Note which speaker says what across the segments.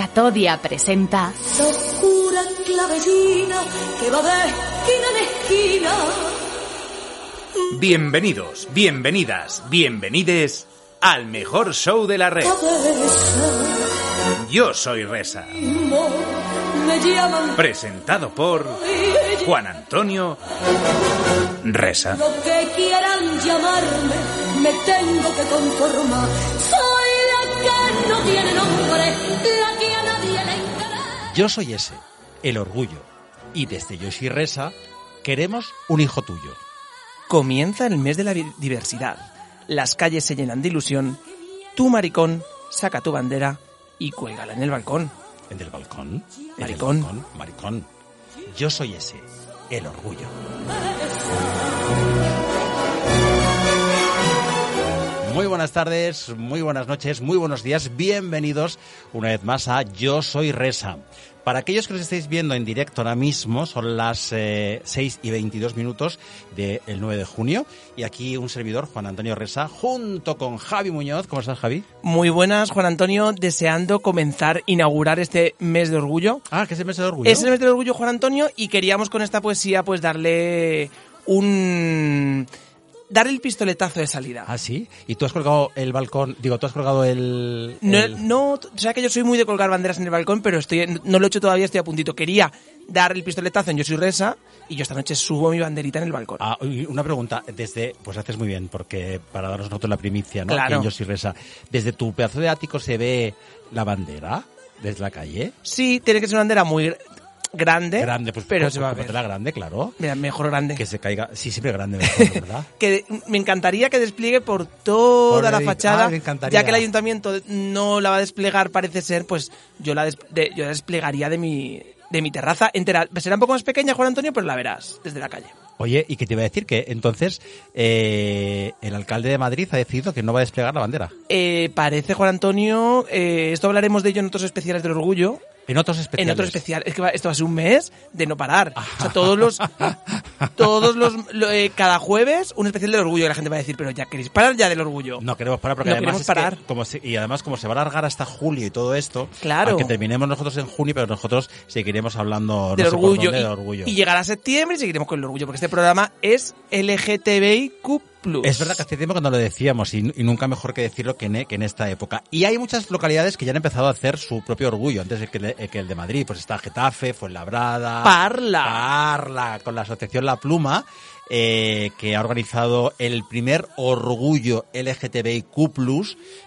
Speaker 1: Atodia presenta
Speaker 2: La oscura clavecina que va de esquina en esquina.
Speaker 3: Bienvenidos, bienvenidas, bienvenides al mejor show de la red.
Speaker 2: Cabeza,
Speaker 3: Yo soy Resa,
Speaker 2: amor, me llaman
Speaker 3: presentado por Juan Antonio Resa.
Speaker 2: lo que quieran llamarme, me tengo que conformar. Soy la que no tiene nombre, la que a nadie le interesa.
Speaker 4: Yo soy ese, el orgullo. Y desde Yo soy Resa, queremos un hijo tuyo.
Speaker 5: Comienza el mes de la vi- diversidad. Las calles se llenan de ilusión. Tú, maricón, saca tu bandera y cuélgala en el balcón.
Speaker 4: ¿El del balcón? ¿El del
Speaker 5: Maricón.
Speaker 4: balcón? Maricón. Yo soy ese, el orgullo. Muy buenas tardes, muy buenas noches, muy buenos días. Bienvenidos una vez más a Yo Soy Resa. Para aquellos que nos estáis viendo en directo ahora mismo, son las eh, 6 y 22 minutos del 9 de junio. Y aquí un servidor, Juan Antonio Resa, junto con Javi Muñoz. ¿Cómo estás, Javi?
Speaker 5: Muy buenas, Juan Antonio, deseando comenzar, inaugurar este mes de orgullo.
Speaker 4: Ah, que es el mes de orgullo.
Speaker 5: Es el mes del orgullo, Juan Antonio, y queríamos con esta poesía pues darle un... darle el pistoletazo de salida.
Speaker 4: Ah, sí. Y tú has colgado el balcón, digo, tú has colgado el.
Speaker 5: No,
Speaker 4: el-
Speaker 5: no, o sea que yo soy muy de colgar banderas en el balcón, pero estoy, no lo he hecho todavía, estoy a puntito. Quería dar el pistoletazo en Yo soy Resa y yo esta noche subo mi banderita en el balcón.
Speaker 4: Ah, y una pregunta, desde, pues haces muy bien, porque para darnos nosotros la primicia, ¿no?
Speaker 5: Claro.
Speaker 4: Aquí en Yo soy Resa. Desde tu pedazo de ático se ve la bandera desde la calle.
Speaker 5: Sí, tiene que ser una bandera muy gr- grande,
Speaker 4: Grande, pues
Speaker 5: ¿Eh? pero
Speaker 4: pues,
Speaker 5: se va a
Speaker 4: cómpratela
Speaker 5: ver.
Speaker 4: grande, claro.
Speaker 5: Mira, mejor grande.
Speaker 4: Que se caiga, sí, siempre grande, mejor, ¿verdad?
Speaker 5: Que me encantaría que despliegue por toda
Speaker 4: Por
Speaker 5: la
Speaker 4: el-
Speaker 5: fachada,
Speaker 4: ah, me encantaría.
Speaker 5: ya que el ayuntamiento no la va a desplegar, parece ser, pues yo la, des- de- yo la desplegaría de mi, de mi terraza entera. Será un poco más pequeña, Juan Antonio, pero la verás desde la calle.
Speaker 4: Oye, y que te iba a decir que entonces eh, el alcalde de Madrid ha decidido que no va a desplegar la bandera.
Speaker 5: Eh, parece, Juan Antonio, eh, esto hablaremos de ello en otros especiales del orgullo.
Speaker 4: En otros especiales.
Speaker 5: En otro especial. Es que va- esto va a ser un mes de no parar. O sea, todos los. Todos los. lo- eh, cada jueves, un especial del orgullo. La gente va a decir, pero ya queréis parar ya del orgullo.
Speaker 4: No queremos parar porque
Speaker 5: No
Speaker 4: además
Speaker 5: queremos
Speaker 4: es que
Speaker 5: parar.
Speaker 4: como se- y además como se va a alargar hasta julio y todo esto,
Speaker 5: Claro.
Speaker 4: aunque terminemos nosotros en junio, pero nosotros seguiremos hablando no
Speaker 5: del
Speaker 4: sé por
Speaker 5: orgullo.
Speaker 4: dónde,
Speaker 5: y,
Speaker 4: del orgullo.
Speaker 5: y llegará septiembre y seguiremos con el orgullo, porque este programa es LGTBIQ.
Speaker 4: es verdad que hace tiempo que no lo decíamos y, y nunca mejor que decirlo que en, e- que en esta época. Y hay muchas localidades que ya han empezado a hacer su propio orgullo, antes de que, le- eh, que el de Madrid, pues está Getafe, Fuenlabrada,
Speaker 5: Parla.
Speaker 4: Parla, con la asociación La Pluma, eh, que ha organizado el primer orgullo LGTBIQ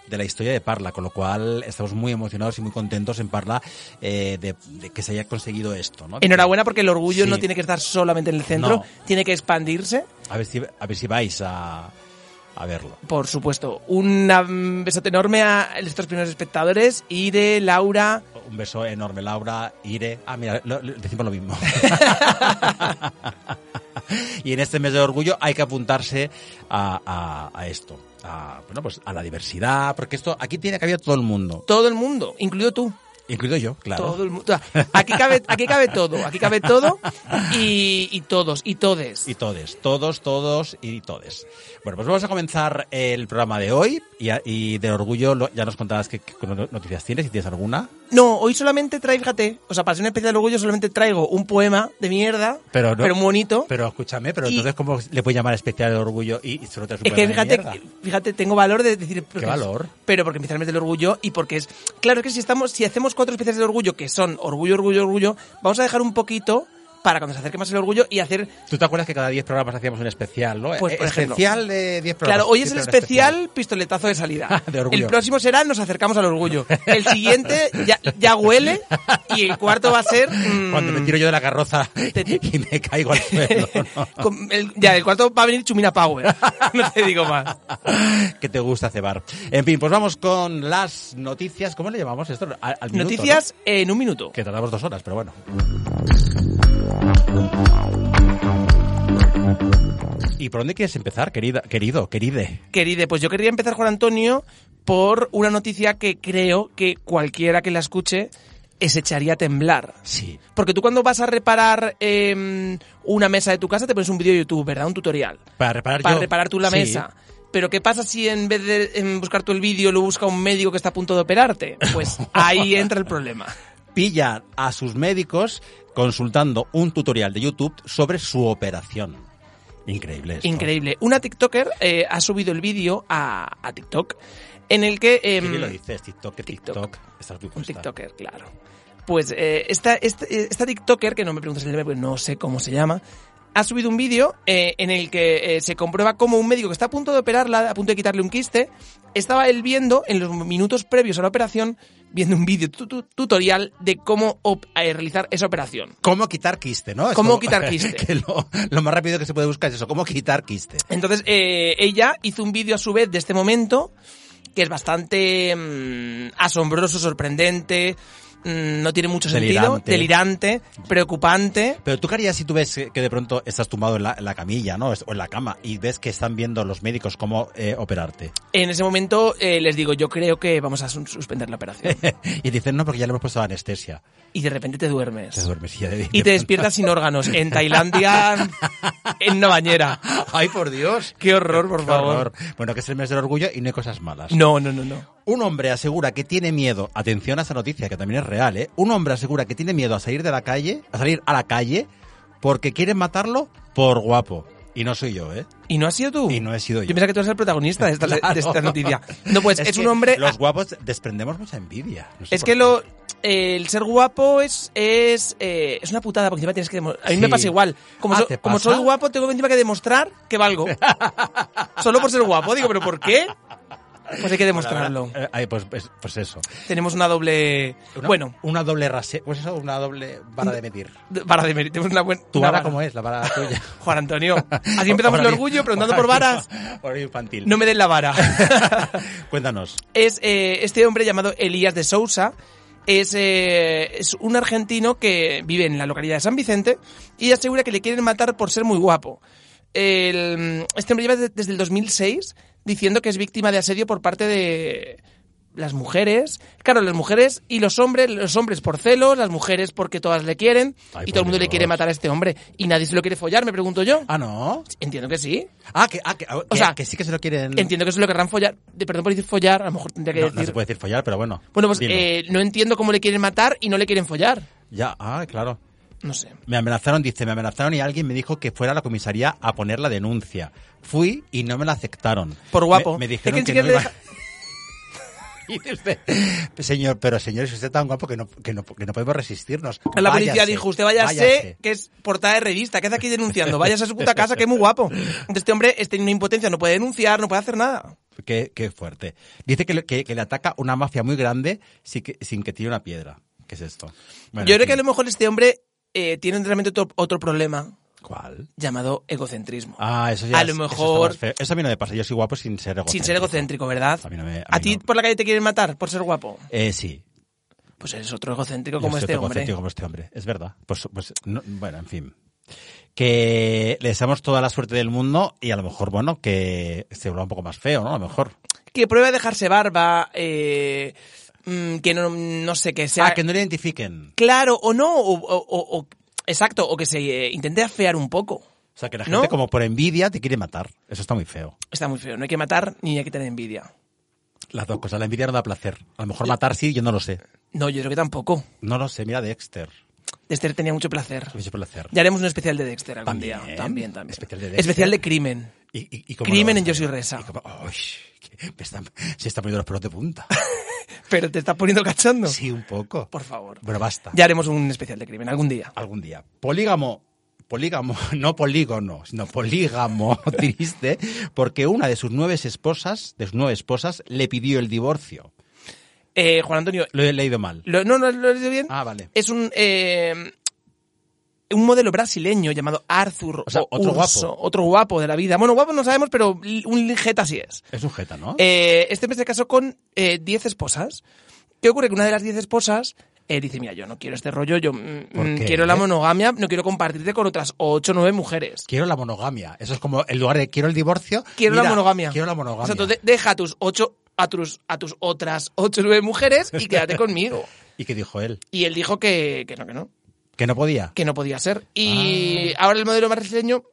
Speaker 4: de la historia de Parla, con lo cual estamos muy emocionados y muy contentos en Parla eh, de, de que se haya conseguido esto. ¿no?
Speaker 5: Enhorabuena porque el orgullo
Speaker 4: Sí.
Speaker 5: no tiene que estar solamente en el centro,
Speaker 4: No.
Speaker 5: tiene que expandirse.
Speaker 4: A ver si, a ver si vais a, a verlo.
Speaker 5: Por supuesto, un um, besote enorme a nuestros primeros espectadores, Ire, Laura,
Speaker 4: Un beso enorme, Laura, Ire. Ah, mira, lo- lo- decimos lo mismo. y en este mes de orgullo hay que apuntarse a, a- a esto. A, bueno, pues a la diversidad, porque esto aquí tiene que haber todo el mundo,
Speaker 5: todo el mundo, incluido tú.
Speaker 4: incluido yo, claro.
Speaker 5: Todo el mundo. Aquí cabe, aquí cabe todo, aquí cabe todo y, y todos, y todes.
Speaker 4: Y todes, todos, todos y todes. Bueno, pues vamos a comenzar el programa de hoy y, a- y de orgullo lo- ya nos contarás qué qué noticias tienes, si tienes alguna.
Speaker 5: No, hoy solamente traigo, fíjate, o sea, para ser una especie de orgullo solamente traigo un poema de mierda,
Speaker 4: Pero no-
Speaker 5: muy bonito.
Speaker 4: Pero escúchame, pero
Speaker 5: Y-
Speaker 4: entonces ¿cómo le puedes llamar especial de orgullo y, y solo te
Speaker 5: es que fíjate,
Speaker 4: mierda?
Speaker 5: fíjate, tengo valor de decir... porque es-
Speaker 4: valor?
Speaker 5: Pero porque empieza el mes del orgullo y porque es... Claro, es que si, estamos, si hacemos cuatro especies de orgullo, que son orgullo, orgullo, orgullo, vamos a dejar un poquito para cuando se acerque más el orgullo y hacer
Speaker 4: ¿Tú te acuerdas que cada 10 programas hacíamos un especial, no? Eh,
Speaker 5: Pues, por ejemplo.
Speaker 4: especial de 10 programas.
Speaker 5: Claro, hoy es el
Speaker 4: Siempre un
Speaker 5: especial, pistoletazo de salida.
Speaker 4: este Ah, De orgullo.
Speaker 5: El próximo será Nos acercamos al orgullo. El siguiente ya, ya huele y el cuarto va a ser... mm,
Speaker 4: Cuando me tiro yo de la carroza
Speaker 5: Te-
Speaker 4: y me caigo al suelo, ¿no?
Speaker 5: con el- ya, el cuarto va a venir Chumina Power. No te digo más.
Speaker 4: que te gusta cebar. En fin, pues vamos con las noticias. ¿Cómo le llamamos esto? Al- al minuto,
Speaker 5: Noticias en un minuto.
Speaker 4: ¿no? Que tardamos dos horas, pero bueno. ¿Y por dónde quieres empezar, querida, querido, queride?
Speaker 5: Querida, pues yo quería empezar, Juan Antonio, por una noticia que creo que cualquiera que la escuche se echaría a temblar.
Speaker 4: Sí.
Speaker 5: Porque tú cuando vas a reparar em, una mesa de tu casa te pones un vídeo de YouTube, ¿verdad? Un tutorial.
Speaker 4: Para reparar
Speaker 5: para
Speaker 4: yo-
Speaker 5: reparar tú la
Speaker 4: sí.
Speaker 5: mesa. Pero ¿qué pasa si en vez de em, buscar tú el vídeo lo busca un médico que está a punto de operarte? Pues ahí entra el problema.
Speaker 4: Pillan a sus médicos consultando un tutorial de YouTube sobre su operación. Increíble. esto.
Speaker 5: Increíble. Una TikToker eh, ha subido el vídeo a, a TikTok en el que...
Speaker 4: ¿Qué
Speaker 5: em,
Speaker 4: bien lo dices? TikTok, ¿qué TikTok.
Speaker 5: TikTok.
Speaker 4: Estás muy
Speaker 5: Un
Speaker 4: puesta.
Speaker 5: TikToker, claro. Pues eh, esta, esta, esta TikToker, que no me preguntes el nombre porque no sé cómo se llama, ha subido un vídeo eh, en el que eh, se comprueba cómo un médico que está a punto de operarla, a punto de quitarle un quiste, estaba él viendo, en los minutos previos a la operación, viendo un vídeo tu- tu- tutorial de cómo op- eh, realizar esa operación.
Speaker 4: ¿Cómo quitar quiste, no? Es
Speaker 5: ¿Cómo
Speaker 4: como-
Speaker 5: quitar quiste?
Speaker 4: que lo, lo más rápido que se puede buscar es eso, cómo quitar quiste.
Speaker 5: Entonces, eh, ella hizo un vídeo a su vez de este momento, que es bastante mm, asombroso, sorprendente, mm, no tiene mucho sentido,
Speaker 4: Delirante.
Speaker 5: delirante preocupante.
Speaker 4: Pero tú qué harías si tú ves que que de pronto estás tumbado en la, en la camilla, ¿no? Es- O en la cama y ves que están viendo los médicos cómo eh, operarte.
Speaker 5: En ese momento eh, les digo, yo creo que vamos a sus- suspender la operación.
Speaker 4: y dicen, no, porque ya le hemos puesto anestesia.
Speaker 5: y de repente te duermes.
Speaker 4: Te duermes y ya de-
Speaker 5: Y te despiertas sin órganos. En Tailandia, en una bañera.
Speaker 4: Ay, por Dios.
Speaker 5: Qué horror, por
Speaker 4: Qué
Speaker 5: favor.
Speaker 4: horror. Bueno, que es el mes del orgullo y no hay cosas malas.
Speaker 5: No, no, no, no.
Speaker 4: Un hombre asegura que tiene miedo, atención a esta noticia que también es real, ¿eh? Un hombre asegura que tiene miedo a salir de la calle, a salir a la calle porque quieren matarlo por guapo. Y no soy yo, ¿eh?
Speaker 5: ¿Y no has sido tú?
Speaker 4: Y no he sido yo.
Speaker 5: Yo pensaba que tú eres el protagonista de esta, de
Speaker 4: Claro.
Speaker 5: esta noticia. No, pues es,
Speaker 4: que
Speaker 5: un hombre...
Speaker 4: Los guapos desprendemos mucha envidia. No sé
Speaker 5: es
Speaker 4: por
Speaker 5: que
Speaker 4: qué.
Speaker 5: lo... eh, el ser guapo es es, eh, es una putada porque encima tienes que demo- a mí
Speaker 4: Sí.
Speaker 5: me pasa igual como,
Speaker 4: Ah,
Speaker 5: so-
Speaker 4: ¿te
Speaker 5: como
Speaker 4: pasa?
Speaker 5: soy guapo tengo encima que demostrar que valgo solo por ser guapo digo pero por qué pues hay que
Speaker 4: La verdad,
Speaker 5: demostrarlo
Speaker 4: eh, ay, pues, pues- pues eso.
Speaker 5: tenemos una doble
Speaker 4: Una-
Speaker 5: bueno
Speaker 4: Una doble rase, pues eso, una doble vara de medir.
Speaker 5: D- Vara de mérito, una buena.
Speaker 4: ¿Tu
Speaker 5: una
Speaker 4: vara cómo es? La vara tuya.
Speaker 5: Juan Antonio. Así empezamos el
Speaker 4: Horario-
Speaker 5: orgullo preguntando por varas.
Speaker 4: horario- Horario infantil.
Speaker 5: No me den la vara.
Speaker 4: Cuéntanos.
Speaker 5: es eh, este hombre llamado Elías de Sousa. Es, eh, es un argentino que vive en la localidad de San Vicente y asegura que le quieren matar por ser muy guapo. El, este hombre lleva de- desde el 2006 diciendo que es víctima de asedio por parte de las mujeres. Claro, las mujeres y los hombres, los hombres por celos, las mujeres porque todas le quieren
Speaker 4: Ay,
Speaker 5: y
Speaker 4: por
Speaker 5: todo el mundo le
Speaker 4: Dios.
Speaker 5: quiere matar a este hombre y nadie se lo quiere follar, me pregunto yo.
Speaker 4: Ah, no.
Speaker 5: Entiendo que sí.
Speaker 4: Ah, que, ah, que, ah, que-
Speaker 5: sea,
Speaker 4: que sí que se lo quieren.
Speaker 5: Entiendo que eso lo querrán follar. De, perdón por decir follar, a lo mejor tendría que
Speaker 4: Mm. no, no
Speaker 5: decir.
Speaker 4: se puede decir follar, pero bueno.
Speaker 5: Bueno, pues
Speaker 4: dilo.
Speaker 5: eh, no entiendo cómo le quieren matar y no le quieren follar.
Speaker 4: Ya, ah, claro.
Speaker 5: No sé.
Speaker 4: Me amenazaron, dice, me amenazaron y alguien me dijo que fuera a la comisaría a poner la denuncia. Fui y no me la aceptaron.
Speaker 5: Por guapo.
Speaker 4: Me, me
Speaker 5: Es
Speaker 4: dijeron
Speaker 5: que
Speaker 4: que, no
Speaker 5: ni siquiera
Speaker 4: iba- Dice usted, señor, pero señor, es usted tan guapo que no, que no, que no podemos resistirnos.
Speaker 5: La policía
Speaker 4: Váyase,
Speaker 5: dijo, usted váyase,
Speaker 4: váyase".
Speaker 5: que es portada de revista, que hace aquí denunciando, váyase a su puta casa, que es muy guapo. Entonces este hombre está en una impotencia, no puede denunciar, no puede hacer nada.
Speaker 4: Qué, qué fuerte. Dice que, le- que- que le ataca una mafia muy grande sin que, sin que tire una piedra. ¿Qué es esto? Bueno,
Speaker 5: Yo
Speaker 4: en
Speaker 5: creo que a
Speaker 4: fin.
Speaker 5: lo mejor este hombre eh, tiene realmente otro, otro problema
Speaker 4: ¿Cuál?
Speaker 5: llamado egocentrismo.
Speaker 4: Ah, eso ya
Speaker 5: A
Speaker 4: es-
Speaker 5: lo
Speaker 4: eso está
Speaker 5: mejor-
Speaker 4: más feo. Eso a mí no me pasa. Yo soy guapo sin ser egocéntrico.
Speaker 5: Sin ser egocéntrico, ¿verdad?
Speaker 4: A mí no me- a mí
Speaker 5: ti
Speaker 4: no.
Speaker 5: por la calle te quieren matar por ser guapo.
Speaker 4: Eh, sí.
Speaker 5: Pues eres otro egocéntrico
Speaker 4: Yo
Speaker 5: como
Speaker 4: soy
Speaker 5: este
Speaker 4: otro
Speaker 5: hombre.
Speaker 4: egocéntrico como este hombre. Es verdad. Pues, pues, no- bueno, en fin. Que le deseamos toda la suerte del mundo y a lo mejor, bueno, que se vuelva un poco más feo, ¿no? A lo mejor.
Speaker 5: Que prueba a dejarse barba, eh, mm, que no, no sé, que sea...
Speaker 4: ah, que no le identifiquen.
Speaker 5: Claro, o no, o, o- o- o- exacto, o que se eh, intente afear un poco.
Speaker 4: O sea, que la
Speaker 5: ¿No?
Speaker 4: gente como por envidia te quiere matar. Eso está muy feo.
Speaker 5: Está muy feo, no hay que matar ni hay que tener envidia.
Speaker 4: Las dos cosas. La envidia no da placer. A lo mejor matar sí, yo no lo sé.
Speaker 5: No, yo creo que tampoco.
Speaker 4: No lo sé. Mira Dexter.
Speaker 5: Dexter tenía mucho placer.
Speaker 4: Mucho placer.
Speaker 5: Ya haremos un especial de Dexter algún
Speaker 4: También.
Speaker 5: día. También, también.
Speaker 4: Especial de Dexter.
Speaker 5: Especial de crimen.
Speaker 4: ¿Y, y- y cómo
Speaker 5: Crimen
Speaker 4: lo-
Speaker 5: en Yo soy Resa.
Speaker 4: y cómo- ¡Ay! que me están- se están poniendo los pelos de punta.
Speaker 5: Pero te estás poniendo cachondo.
Speaker 4: Sí, un poco.
Speaker 5: Por favor.
Speaker 4: Bueno, basta.
Speaker 5: Ya haremos un especial de crimen algún día.
Speaker 4: Algún día. Polígamo. Polígamo, no polígono, sino polígamo triste, porque una de sus nueve esposas, de sus nueve esposas, le pidió el divorcio.
Speaker 5: Eh, Juan Antonio,
Speaker 4: Lo he leído mal.
Speaker 5: lo- ¿no no lo he leído bien?
Speaker 4: Ah, vale.
Speaker 5: Es un... eh, un modelo brasileño llamado Arthur
Speaker 4: O sea, otro guapo.
Speaker 5: otro guapo de la vida. Bueno, guapo no sabemos, pero un linjeta sí es.
Speaker 4: Es sujeta, ¿no?
Speaker 5: Eh, este hombre se casó con eh, 10 esposas. ¿Qué ocurre? Que una de las 10 esposas eh, dice, mira, yo no quiero este rollo, yo mm,
Speaker 4: ¿Por
Speaker 5: mm,
Speaker 4: qué?
Speaker 5: quiero la monogamia, no quiero compartirte con otras 8 o 9 mujeres.
Speaker 4: Quiero la monogamia. Eso es como el lugar de quiero el divorcio.
Speaker 5: Quiero la
Speaker 4: mira,
Speaker 5: monogamia.
Speaker 4: Quiero la monogamia.
Speaker 5: O sea, tú de- deja a tus 8 a tus, a tus otras 8 o 9 mujeres y quédate conmigo.
Speaker 4: ¿Y qué dijo él?
Speaker 5: Y él dijo que, que no, que no,
Speaker 4: Que no podía. Ah.
Speaker 5: que no podía ser. Y ahora el modelo brasileño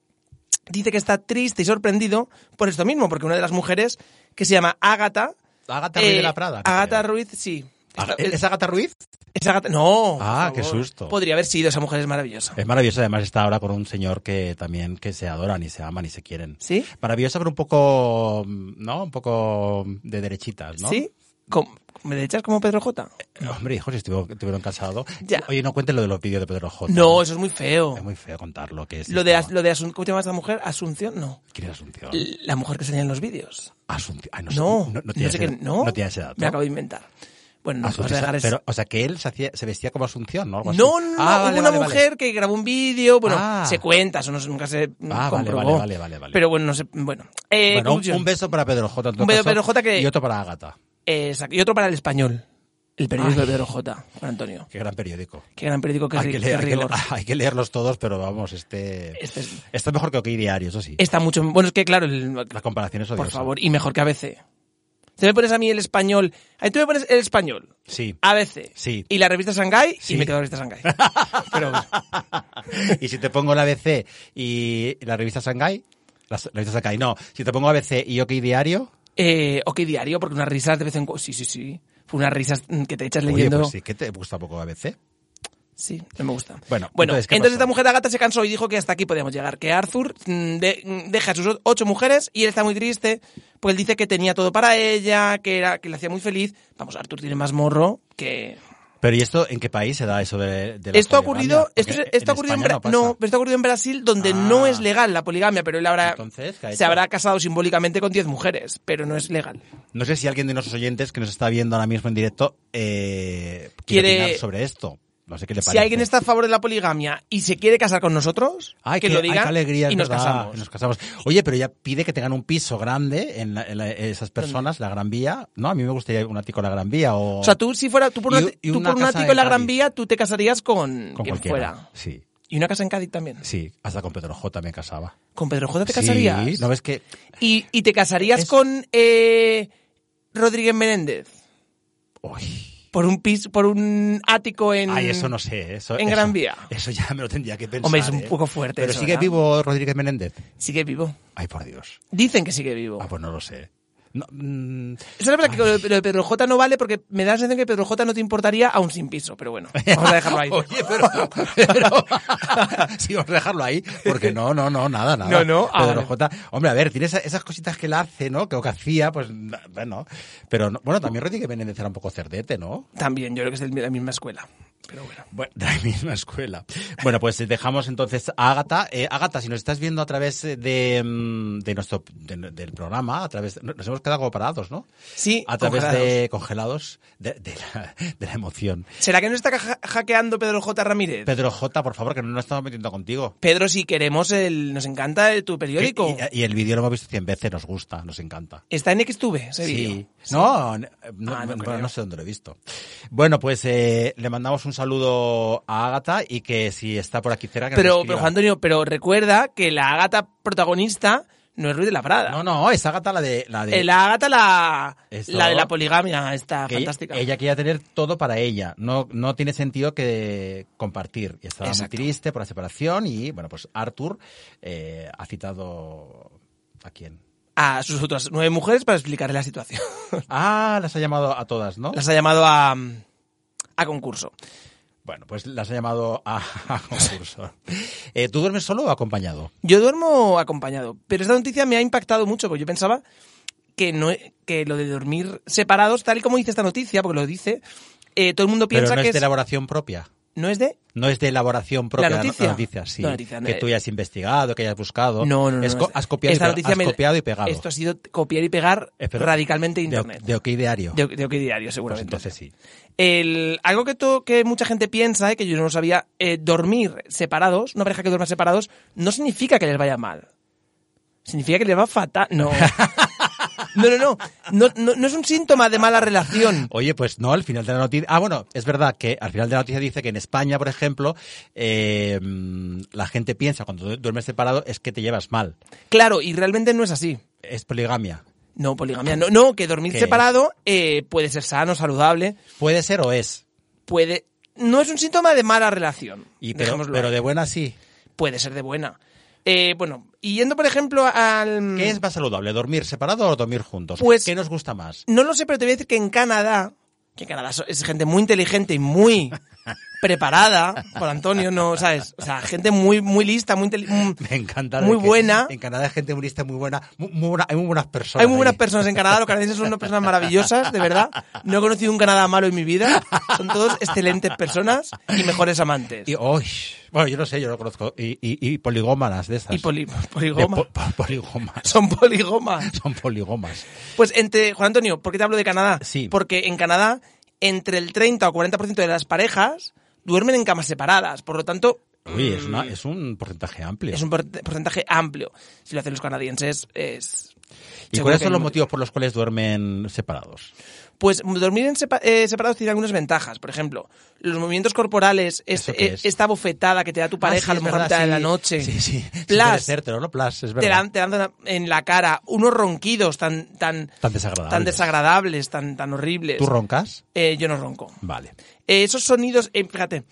Speaker 5: dice que está triste y sorprendido por esto mismo, porque una de las mujeres, que se llama Ágata... eh,
Speaker 4: Ágata Ruiz de la Prada, no
Speaker 5: Ágata
Speaker 4: creo.
Speaker 5: Ruiz, sí.
Speaker 4: Aga-
Speaker 5: Esta-
Speaker 4: Ah, ¿Es Agatha Ruiz?
Speaker 5: es Ágata- No. por
Speaker 4: Ah,
Speaker 5: favor.
Speaker 4: qué susto.
Speaker 5: Podría haber sido, esa mujer es maravillosa.
Speaker 4: Es maravilloso, además está ahora con un señor que también que se adoran y se aman y se quieren.
Speaker 5: ¿Sí?
Speaker 4: Maravillosa, pero un poco, ¿no? Un poco de derechitas, ¿no? Eh,
Speaker 5: ¿Sí? ¿Cómo- ¿Me le echas como Pedro J?
Speaker 4: Hombre, hijo, si estuvo- estuvieron casados.
Speaker 5: Ya.
Speaker 4: Oye, no cuentes lo de los vídeos de Pedro J.
Speaker 5: No, eso es muy feo.
Speaker 4: Es muy feo contarlo. Que es
Speaker 5: Lo de, As- lo de Asunción, ¿cómo se llama esa mujer? Asunción, no.
Speaker 4: ¿Quién es Asunción?
Speaker 5: La mujer que salía en los vídeos.
Speaker 4: Asunción. Ay, no, sé-
Speaker 5: No,
Speaker 4: no, no tiene
Speaker 5: sé
Speaker 4: ese-
Speaker 5: qué- no,
Speaker 4: no tiene ese dato.
Speaker 5: Me acabo de inventar. Bueno, no, os voy a
Speaker 4: Asunción,
Speaker 5: dejar ese-
Speaker 4: pero, o sea, que él se, hacía- se vestía como Asunción, ¿no? Algo así.
Speaker 5: No, no, no,
Speaker 4: Ah,
Speaker 5: hubo
Speaker 4: vale,
Speaker 5: una
Speaker 4: vale, vale.
Speaker 5: mujer que grabó un vídeo, bueno,
Speaker 4: Ah.
Speaker 5: se cuenta, eso no, se- nunca se mm,
Speaker 4: Ah, vale,
Speaker 5: comprobó.
Speaker 4: vale, vale, vale, vale.
Speaker 5: Pero bueno, no sé, bueno. Eh,
Speaker 4: Bueno, un,
Speaker 5: conclusión.
Speaker 4: un beso para Pedro J. en todo
Speaker 5: Un beso
Speaker 4: caso,
Speaker 5: a Pedro J que-
Speaker 4: Y otro para Ágata.
Speaker 5: Exacto. Y otro para el español, el periódico de Pedro J, Juan Antonio.
Speaker 4: Qué gran periódico.
Speaker 5: Qué gran periódico que,
Speaker 4: hay,
Speaker 5: ri-
Speaker 4: que
Speaker 5: qué
Speaker 4: leer- hay que leer-
Speaker 5: rigor.
Speaker 4: hay que leerlos todos, pero vamos, este.
Speaker 5: Este es-
Speaker 4: Está mejor que OK Diario, eso sí.
Speaker 5: Está mucho, bueno, es que claro, el-
Speaker 4: La comparación es odiosa.
Speaker 5: por favor, y mejor que ABC. Se me pones a mí el español, ahí tú me pones el español,
Speaker 4: Sí.
Speaker 5: ABC,
Speaker 4: Sí.
Speaker 5: y la revista Shanghai,
Speaker 4: Sí.
Speaker 5: y me quedo la revista Shanghai. Pero bueno. Ah.
Speaker 4: y si te pongo la ABC y la revista Shanghai. La, la revista Shanghai, no. Si te pongo ABC y OK Diario.
Speaker 5: Eh, ok, diario, porque unas risas de vez en cuando. Sí, sí, sí. Fue unas risas mm, que te echas
Speaker 4: Oye,
Speaker 5: leyendo.
Speaker 4: pues sí, que te gusta poco ABC.
Speaker 5: sí. no me gusta.
Speaker 4: Bueno,
Speaker 5: bueno
Speaker 4: entonces,
Speaker 5: entonces,
Speaker 4: ¿qué pasó?
Speaker 5: esta mujer Agata se cansó y dijo que hasta aquí podíamos llegar. Que Arthur mm, de- mm, deja a sus o- ocho mujeres y él está muy triste, porque él dice que tenía todo para ella, que, era, que le hacía muy feliz. Vamos, Arthur tiene más morro que.
Speaker 4: Pero ¿y esto en qué país se da eso de, de la
Speaker 5: Esto ha
Speaker 4: poligamia?
Speaker 5: ocurrido, esto,
Speaker 4: Porque
Speaker 5: es- esto
Speaker 4: en
Speaker 5: ha ocurrido en,
Speaker 4: España
Speaker 5: Bra-
Speaker 4: pasa.
Speaker 5: no, pero esto ha ocurrido en Brasil, donde no
Speaker 4: Ah.
Speaker 5: es legal la poligamia, pero él habrá,
Speaker 4: Entonces, ¿qué ha
Speaker 5: se
Speaker 4: hecho?
Speaker 5: habrá casado simbólicamente con diez mujeres, pero no es legal.
Speaker 4: No sé si alguien de nuestros oyentes que nos está viendo ahora mismo en directo eh, quiere,
Speaker 5: Quiere-
Speaker 4: opinar sobre esto. No sé qué le parece.
Speaker 5: Si alguien está a favor de la poligamia y se quiere casar con nosotros,
Speaker 4: Ay,
Speaker 5: que,
Speaker 4: qué-
Speaker 5: lo
Speaker 4: ay,
Speaker 5: diga
Speaker 4: qué alegría, es
Speaker 5: y nos
Speaker 4: verdad,
Speaker 5: casamos.
Speaker 4: nos casamos. Oye, pero ya pide que tengan un piso grande en, la- en la- esas personas, la Gran Vía. No, a mí me gustaría un ático en la Gran Vía o,
Speaker 5: O sea, tú si fuera tú por,
Speaker 4: Y-
Speaker 5: una,
Speaker 4: y
Speaker 5: tú
Speaker 4: una
Speaker 5: por un
Speaker 4: casa
Speaker 5: ático en la
Speaker 4: en
Speaker 5: Gran
Speaker 4: Cádiz.
Speaker 5: Vía, tú te casarías con,
Speaker 4: con
Speaker 5: quien
Speaker 4: cualquiera.
Speaker 5: fuera.
Speaker 4: Sí,
Speaker 5: Y una casa en Cádiz también.
Speaker 4: sí. Hasta con Pedro J me casaba.
Speaker 5: ¿Con Pedro J te
Speaker 4: Sí,
Speaker 5: casarías?
Speaker 4: ¿No ves que
Speaker 5: y, y te casarías
Speaker 4: Es-
Speaker 5: con eh, Rodríguez Menéndez
Speaker 4: Uy.
Speaker 5: por un piso, por un ático en...
Speaker 4: Ay, eso no sé. Eso,
Speaker 5: en
Speaker 4: eso-
Speaker 5: Gran Vía.
Speaker 4: Eso ya me lo tendría que pensar.
Speaker 5: Hombre, es un
Speaker 4: ¿eh?
Speaker 5: poco fuerte
Speaker 4: Pero
Speaker 5: eso,
Speaker 4: sigue
Speaker 5: ¿verdad?
Speaker 4: vivo Rodríguez Menéndez.
Speaker 5: Sigue vivo.
Speaker 4: Ay, por Dios.
Speaker 5: Dicen que sigue vivo.
Speaker 4: Ah, pues no lo sé. No, mm,
Speaker 5: Eso es verdad que lo de- lo de Pedro J no vale porque me da la sensación que Pedro J no te importaría aún sin piso, pero bueno, vamos a dejarlo ahí.
Speaker 4: Oye, pero, pero- sí, vamos a dejarlo ahí, porque no, no, no, nada, nada.
Speaker 5: No, no, ah,
Speaker 4: Pedro
Speaker 5: vale.
Speaker 4: J. Hombre, a ver, tiene esa- esas cositas que él hace, ¿no? Que o que hacía, pues, na- bueno. Pero, no- bueno, también Rodríguez Menéndez era un poco cerdete, ¿no?
Speaker 5: También, yo creo que es de la misma escuela. Pero bueno.
Speaker 4: Bueno, de la misma escuela. Bueno, pues dejamos entonces a Ágata. Eh, Ágata, si nos estás viendo a través de, mm, de nuestro de- del programa, a través nos hemos quedado como parados, ¿no?
Speaker 5: Sí,
Speaker 4: A través
Speaker 5: congelados.
Speaker 4: de congelados de, de la, de la emoción.
Speaker 5: ¿Será que no está ca- hackeando Pedro J. Ramírez? Pedro,
Speaker 4: Pedro J, por favor, que no nos estamos metiendo contigo.
Speaker 5: si queremos, el, nos encanta el- tu periódico.
Speaker 4: Y, y el vídeo lo hemos visto 100 veces, nos gusta, nos encanta.
Speaker 5: Está en Xtube ese vídeo.
Speaker 4: No, n- no,
Speaker 5: Ah, no
Speaker 4: bueno,
Speaker 5: creo.
Speaker 4: no sé dónde lo he visto. Bueno, pues eh, le mandamos un saludo a Ágata y que si está por aquí cerca que nos
Speaker 5: Pero,
Speaker 4: escriba.
Speaker 5: pero, Juan Antonio, pero recuerda que la Ágata protagonista no es Ruiz de la Prada.
Speaker 4: No, no, es Ágata la de... La de
Speaker 5: Eh, La Ágata, la,
Speaker 4: Eso.
Speaker 5: la de la poligamia, está
Speaker 4: que
Speaker 5: fantástica.
Speaker 4: Ella quería tener todo para ella. No, no tiene sentido que compartir. Y estaba
Speaker 5: Exacto.
Speaker 4: muy triste por la separación y, bueno, pues Arthur eh, ha citado... ¿A quién?
Speaker 5: A sus otras nueve mujeres para explicarle la situación.
Speaker 4: Ah, las ha llamado a todas, ¿no?
Speaker 5: Las ha llamado a, a concurso.
Speaker 4: Bueno, pues las ha llamado a, a concurso. Eh, ¿Tú duermes solo o acompañado?
Speaker 5: Yo duermo acompañado, pero esta noticia me ha impactado mucho porque yo pensaba que no e, que lo de dormir separados, tal y como dice esta noticia, porque lo dice, eh, todo el mundo
Speaker 4: Pero
Speaker 5: piensa
Speaker 4: no es
Speaker 5: que
Speaker 4: de
Speaker 5: es,
Speaker 4: elaboración propia.
Speaker 5: no es de
Speaker 4: No es de elaboración propia
Speaker 5: ¿La noticia?
Speaker 4: sí.
Speaker 5: La noticia, no,
Speaker 4: que tú hayas investigado, que hayas buscado.
Speaker 5: no, no, no,
Speaker 4: Es
Speaker 5: no
Speaker 4: co-
Speaker 5: es de-
Speaker 4: has copiado, y
Speaker 5: esta
Speaker 4: pe-
Speaker 5: noticia
Speaker 4: has
Speaker 5: me-
Speaker 4: copiado y pegado.
Speaker 5: Esto ha sido copiar y pegar
Speaker 4: Espero-
Speaker 5: radicalmente
Speaker 4: de,
Speaker 5: internet.
Speaker 4: de OK Diario.
Speaker 5: De, de OK Diario,
Speaker 4: pues
Speaker 5: seguramente.
Speaker 4: entonces sí.
Speaker 5: El, algo que, to- que mucha gente piensa, eh, que yo no lo sabía, eh, dormir separados, una pareja que duerma separados, no significa que les vaya mal. Significa que les va fatal. No. No, no, no. No, no, no es un síntoma de mala relación.
Speaker 4: Oye, pues no, al final de la noticia. Ah, bueno, es verdad que al final de la noticia dice que en España, por ejemplo, eh, mm, la gente piensa cuando du- duermes separado es que te llevas mal.
Speaker 5: Claro, y realmente no es así.
Speaker 4: Es poligamia.
Speaker 5: No, poligamia. No, no que dormir
Speaker 4: ¿Qué
Speaker 5: separado eh, puede ser sano, saludable,
Speaker 4: Puede ser o es.
Speaker 5: puede... No es un síntoma de mala relación.
Speaker 4: Y pero,
Speaker 5: dejémoslo
Speaker 4: pero
Speaker 5: ahí.
Speaker 4: de buena sí.
Speaker 5: Puede ser de buena. Eh, bueno, y yendo, por ejemplo, al...
Speaker 4: ¿Qué es más saludable, dormir separado o dormir juntos?
Speaker 5: Pues-
Speaker 4: ¿Qué nos gusta más?
Speaker 5: No lo sé, pero te voy a decir que en Canadá, que en Canadá so- es gente muy inteligente y muy preparada, por Antonio, no, ¿sabes? O sea, gente muy, muy lista, muy inteli- mm.
Speaker 4: Me encanta.
Speaker 5: Muy
Speaker 4: de que
Speaker 5: buena.
Speaker 4: En Canadá hay gente muy lista, muy buena. Muy, muy buena- hay muy buenas personas.
Speaker 5: Hay muy buenas
Speaker 4: ahí.
Speaker 5: personas en Canadá, los canadienses son unas personas maravillosas, de verdad. No he conocido un Canadá malo en mi vida. Son todos excelentes personas y mejores amantes.
Speaker 4: Y, uy, bueno, yo no sé, yo no conozco. Y, y, y poligómanas de estas.
Speaker 5: Y poli-
Speaker 4: De
Speaker 5: poligoma.
Speaker 4: po- po- poligomas.
Speaker 5: Son poligomas.
Speaker 4: Son poligomas.
Speaker 5: Pues entre, Juan Antonio, ¿por qué te hablo de Canadá?
Speaker 4: Sí.
Speaker 5: Porque en Canadá, entre el 30 o 40% de las parejas duermen en camas separadas. Por lo tanto,
Speaker 4: Uy, es, una- es un porcentaje amplio.
Speaker 5: Mm. es un por- porcentaje amplio. Si lo hacen los canadienses, es.
Speaker 4: ¿Y
Speaker 5: seguro
Speaker 4: cuáles
Speaker 5: que
Speaker 4: son
Speaker 5: hay
Speaker 4: los
Speaker 5: un-
Speaker 4: motivos por los cuales duermen separados?
Speaker 5: Pues dormir en sepa- eh, separados tiene algunas ventajas. Por ejemplo, los movimientos corporales,
Speaker 4: ¿Eso
Speaker 5: este-
Speaker 4: qué
Speaker 5: eh,
Speaker 4: es?
Speaker 5: esta bofetada que te da tu pareja
Speaker 4: Ah,
Speaker 5: a
Speaker 4: sí,
Speaker 5: lo
Speaker 4: es
Speaker 5: mejor a
Speaker 4: verdad,
Speaker 5: mitad de
Speaker 4: sí.
Speaker 5: la noche.
Speaker 4: Sí, sí. sí,
Speaker 5: Plus,
Speaker 4: puede ser, pero no plus, es
Speaker 5: te
Speaker 4: verdad.
Speaker 5: dan, te dan en la cara unos ronquidos tan, tan,
Speaker 4: Tan desagradables.
Speaker 5: tan, desagradables, tan, tan horribles.
Speaker 4: ¿Tú roncas?
Speaker 5: Eh, yo no ronco.
Speaker 4: Vale.
Speaker 5: Eh, esos sonidos, eh, fíjate,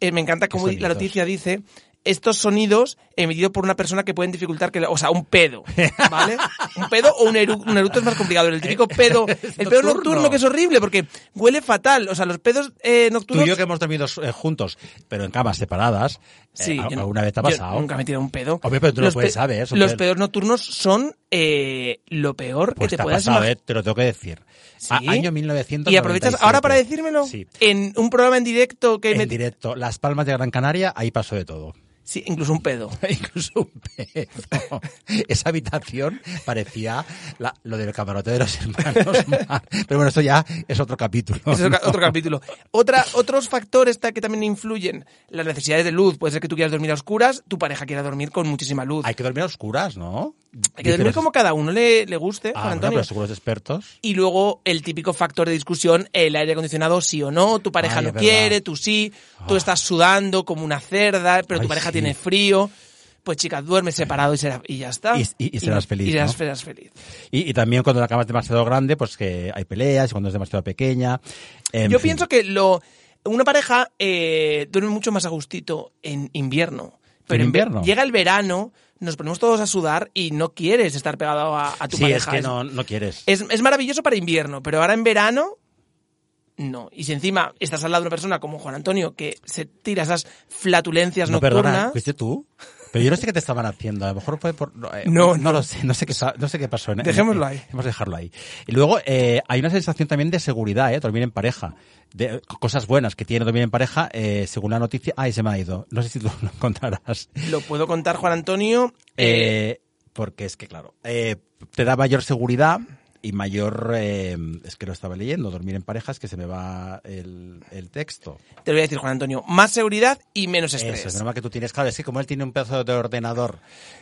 Speaker 5: eh, me encanta como
Speaker 4: ¿Qué
Speaker 5: la
Speaker 4: sonidos?
Speaker 5: noticia dice, estos sonidos emitidos por una persona que pueden dificultar que, la- o sea, un pedo, ¿vale? un pedo o un, eru- un eructo es más complicado, el típico pedo, el pedo
Speaker 4: nocturno.
Speaker 5: nocturno que es horrible porque huele fatal, o sea, los pedos eh,
Speaker 4: Tú
Speaker 5: nocturnos...
Speaker 4: y yo que hemos dormido eh, juntos, pero en camas separadas, eh,
Speaker 5: Sí,
Speaker 4: a-
Speaker 5: yo no-
Speaker 4: ¿alguna vez te ha
Speaker 5: yo
Speaker 4: pasado?
Speaker 5: nunca me he tirado un pedo.
Speaker 4: Hombre, pero tú lo
Speaker 5: Los
Speaker 4: puedes
Speaker 5: pe-
Speaker 4: saber, son
Speaker 5: Los
Speaker 4: pedos-
Speaker 5: pedos nocturnos son eh, lo peor
Speaker 4: Pues
Speaker 5: que
Speaker 4: te,
Speaker 5: te,
Speaker 4: ha
Speaker 5: puedas
Speaker 4: pasado,
Speaker 5: imag-
Speaker 4: eh, te lo tengo que decir.
Speaker 5: Sí.
Speaker 4: A- año 1997.
Speaker 5: Y aprovechas ahora para decírmelo
Speaker 4: Sí.
Speaker 5: en un programa en directo que
Speaker 4: En
Speaker 5: me...
Speaker 4: directo, Las Palmas de Gran Canaria, ahí pasó de todo.
Speaker 5: Sí, incluso un pedo.
Speaker 4: Incluso un pedo. Esa habitación parecía la- lo del camarote de los hermanos. Mar. Pero bueno, esto ya es otro capítulo.
Speaker 5: Ese es
Speaker 4: ¿no?
Speaker 5: otro, otro capítulo. Otra, otros factores ta- que también influyen. Las necesidades de luz. Puede ser que tú quieras dormir a oscuras, tu pareja quiera dormir con muchísima luz.
Speaker 4: Hay
Speaker 5: Hay,
Speaker 4: que dormir a oscuras, ¿no?
Speaker 5: que dormir como cada uno le, le guste, Juan
Speaker 4: Ah, bueno,
Speaker 5: Antonio.
Speaker 4: pero según los expertos.
Speaker 5: Y luego el típico factor de discusión, el aire acondicionado sí o no, tu pareja
Speaker 4: Ay,
Speaker 5: no
Speaker 4: es verdad. Ah.
Speaker 5: quiere, tú sí, tú estás sudando como una cerda, pero
Speaker 4: Ay,
Speaker 5: tu pareja
Speaker 4: sí.
Speaker 5: tiene frío. Pues chicas, duermes separado y, será- y ya está.
Speaker 4: Y- y- y serás feliz,
Speaker 5: Y serás,
Speaker 4: ¿no?
Speaker 5: serás feliz.
Speaker 4: Y, y también cuando la cama es demasiado grande, pues que hay peleas, y cuando es demasiado pequeña. en
Speaker 5: Yo
Speaker 4: fin.
Speaker 5: pienso que lo una pareja eh, duerme mucho más a gustito en invierno. Pero
Speaker 4: ¿En
Speaker 5: ve-
Speaker 4: invierno?
Speaker 5: llega el verano, nos ponemos todos a sudar y no quieres estar pegado a, a tu
Speaker 4: sí,
Speaker 5: pareja.
Speaker 4: es que no, no quieres.
Speaker 5: es, es maravilloso para invierno, pero ahora en verano, no. Y si encima estás al lado de una persona como Juan Antonio que se tira esas flatulencias
Speaker 4: no, perdona,
Speaker 5: nocturnas.
Speaker 4: ¿fuiste tú? Pero yo no sé qué te estaban haciendo, a lo mejor fue por... No, eh,
Speaker 5: No,
Speaker 4: lo sé, no sé qué, sa- no sé qué pasó. en- en-
Speaker 5: Dejémoslo
Speaker 4: en-
Speaker 5: ahí.
Speaker 4: Vamos a dejarlo ahí. Y luego eh, hay una sensación también de seguridad, ¿eh? dormir en pareja. De, eh, cosas buenas que tiene dormir en pareja, eh, según la noticia... Ay, se me ha ido. No sé si tú lo encontrarás.
Speaker 5: Lo puedo contar, Juan Antonio. eh,
Speaker 4: Eh, porque es que, claro, eh, te da mayor seguridad y mayor... eh, es que lo estaba leyendo, dormir en pareja es que se me va el, el texto.
Speaker 5: te lo voy a decir, Juan Antonio. Más seguridad y menos estrés.
Speaker 4: Eso, es normal que tú tienes, claro, es que como él tiene un pedazo de ordenador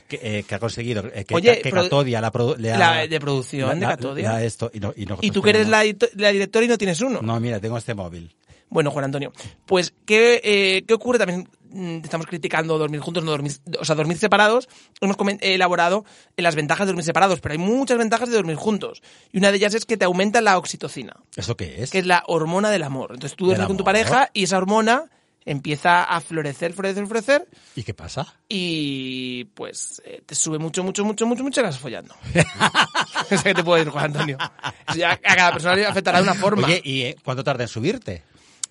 Speaker 4: que, eh, que ha conseguido, eh, que,
Speaker 5: Oye,
Speaker 4: que
Speaker 5: produ-
Speaker 4: Catodia, la, produ- le ha-
Speaker 5: la de producción de Catodia.
Speaker 4: la esto, y, no- y
Speaker 5: y
Speaker 4: nosotros
Speaker 5: tú que eres la,
Speaker 4: tenemos-
Speaker 5: edito- la directora y no tienes uno.
Speaker 4: No, mira, tengo este móvil.
Speaker 5: Bueno, Juan Antonio, pues, ¿qué, eh, qué ocurre? También mm, estamos criticando dormir juntos, no dormir, o sea, dormir separados. Hemos comen- eh, elaborado eh, las ventajas de dormir separados, pero hay muchas ventajas de dormir juntos. Y una de ellas es que te aumenta la oxitocina,
Speaker 4: ¿Eso qué es?
Speaker 5: que es la hormona del amor. Entonces tú
Speaker 4: Del
Speaker 5: duermes con tu
Speaker 4: amor.
Speaker 5: pareja y esa hormona empieza a florecer, florecer, florecer
Speaker 4: ¿Y qué pasa?
Speaker 5: y pues eh, te sube mucho, mucho, mucho, mucho, mucho y las follando. o sea, que te puedo decir, Juan Antonio. O sea, a cada persona le afectará de una forma.
Speaker 4: Oye, ¿y eh, cuánto tarda en subirte?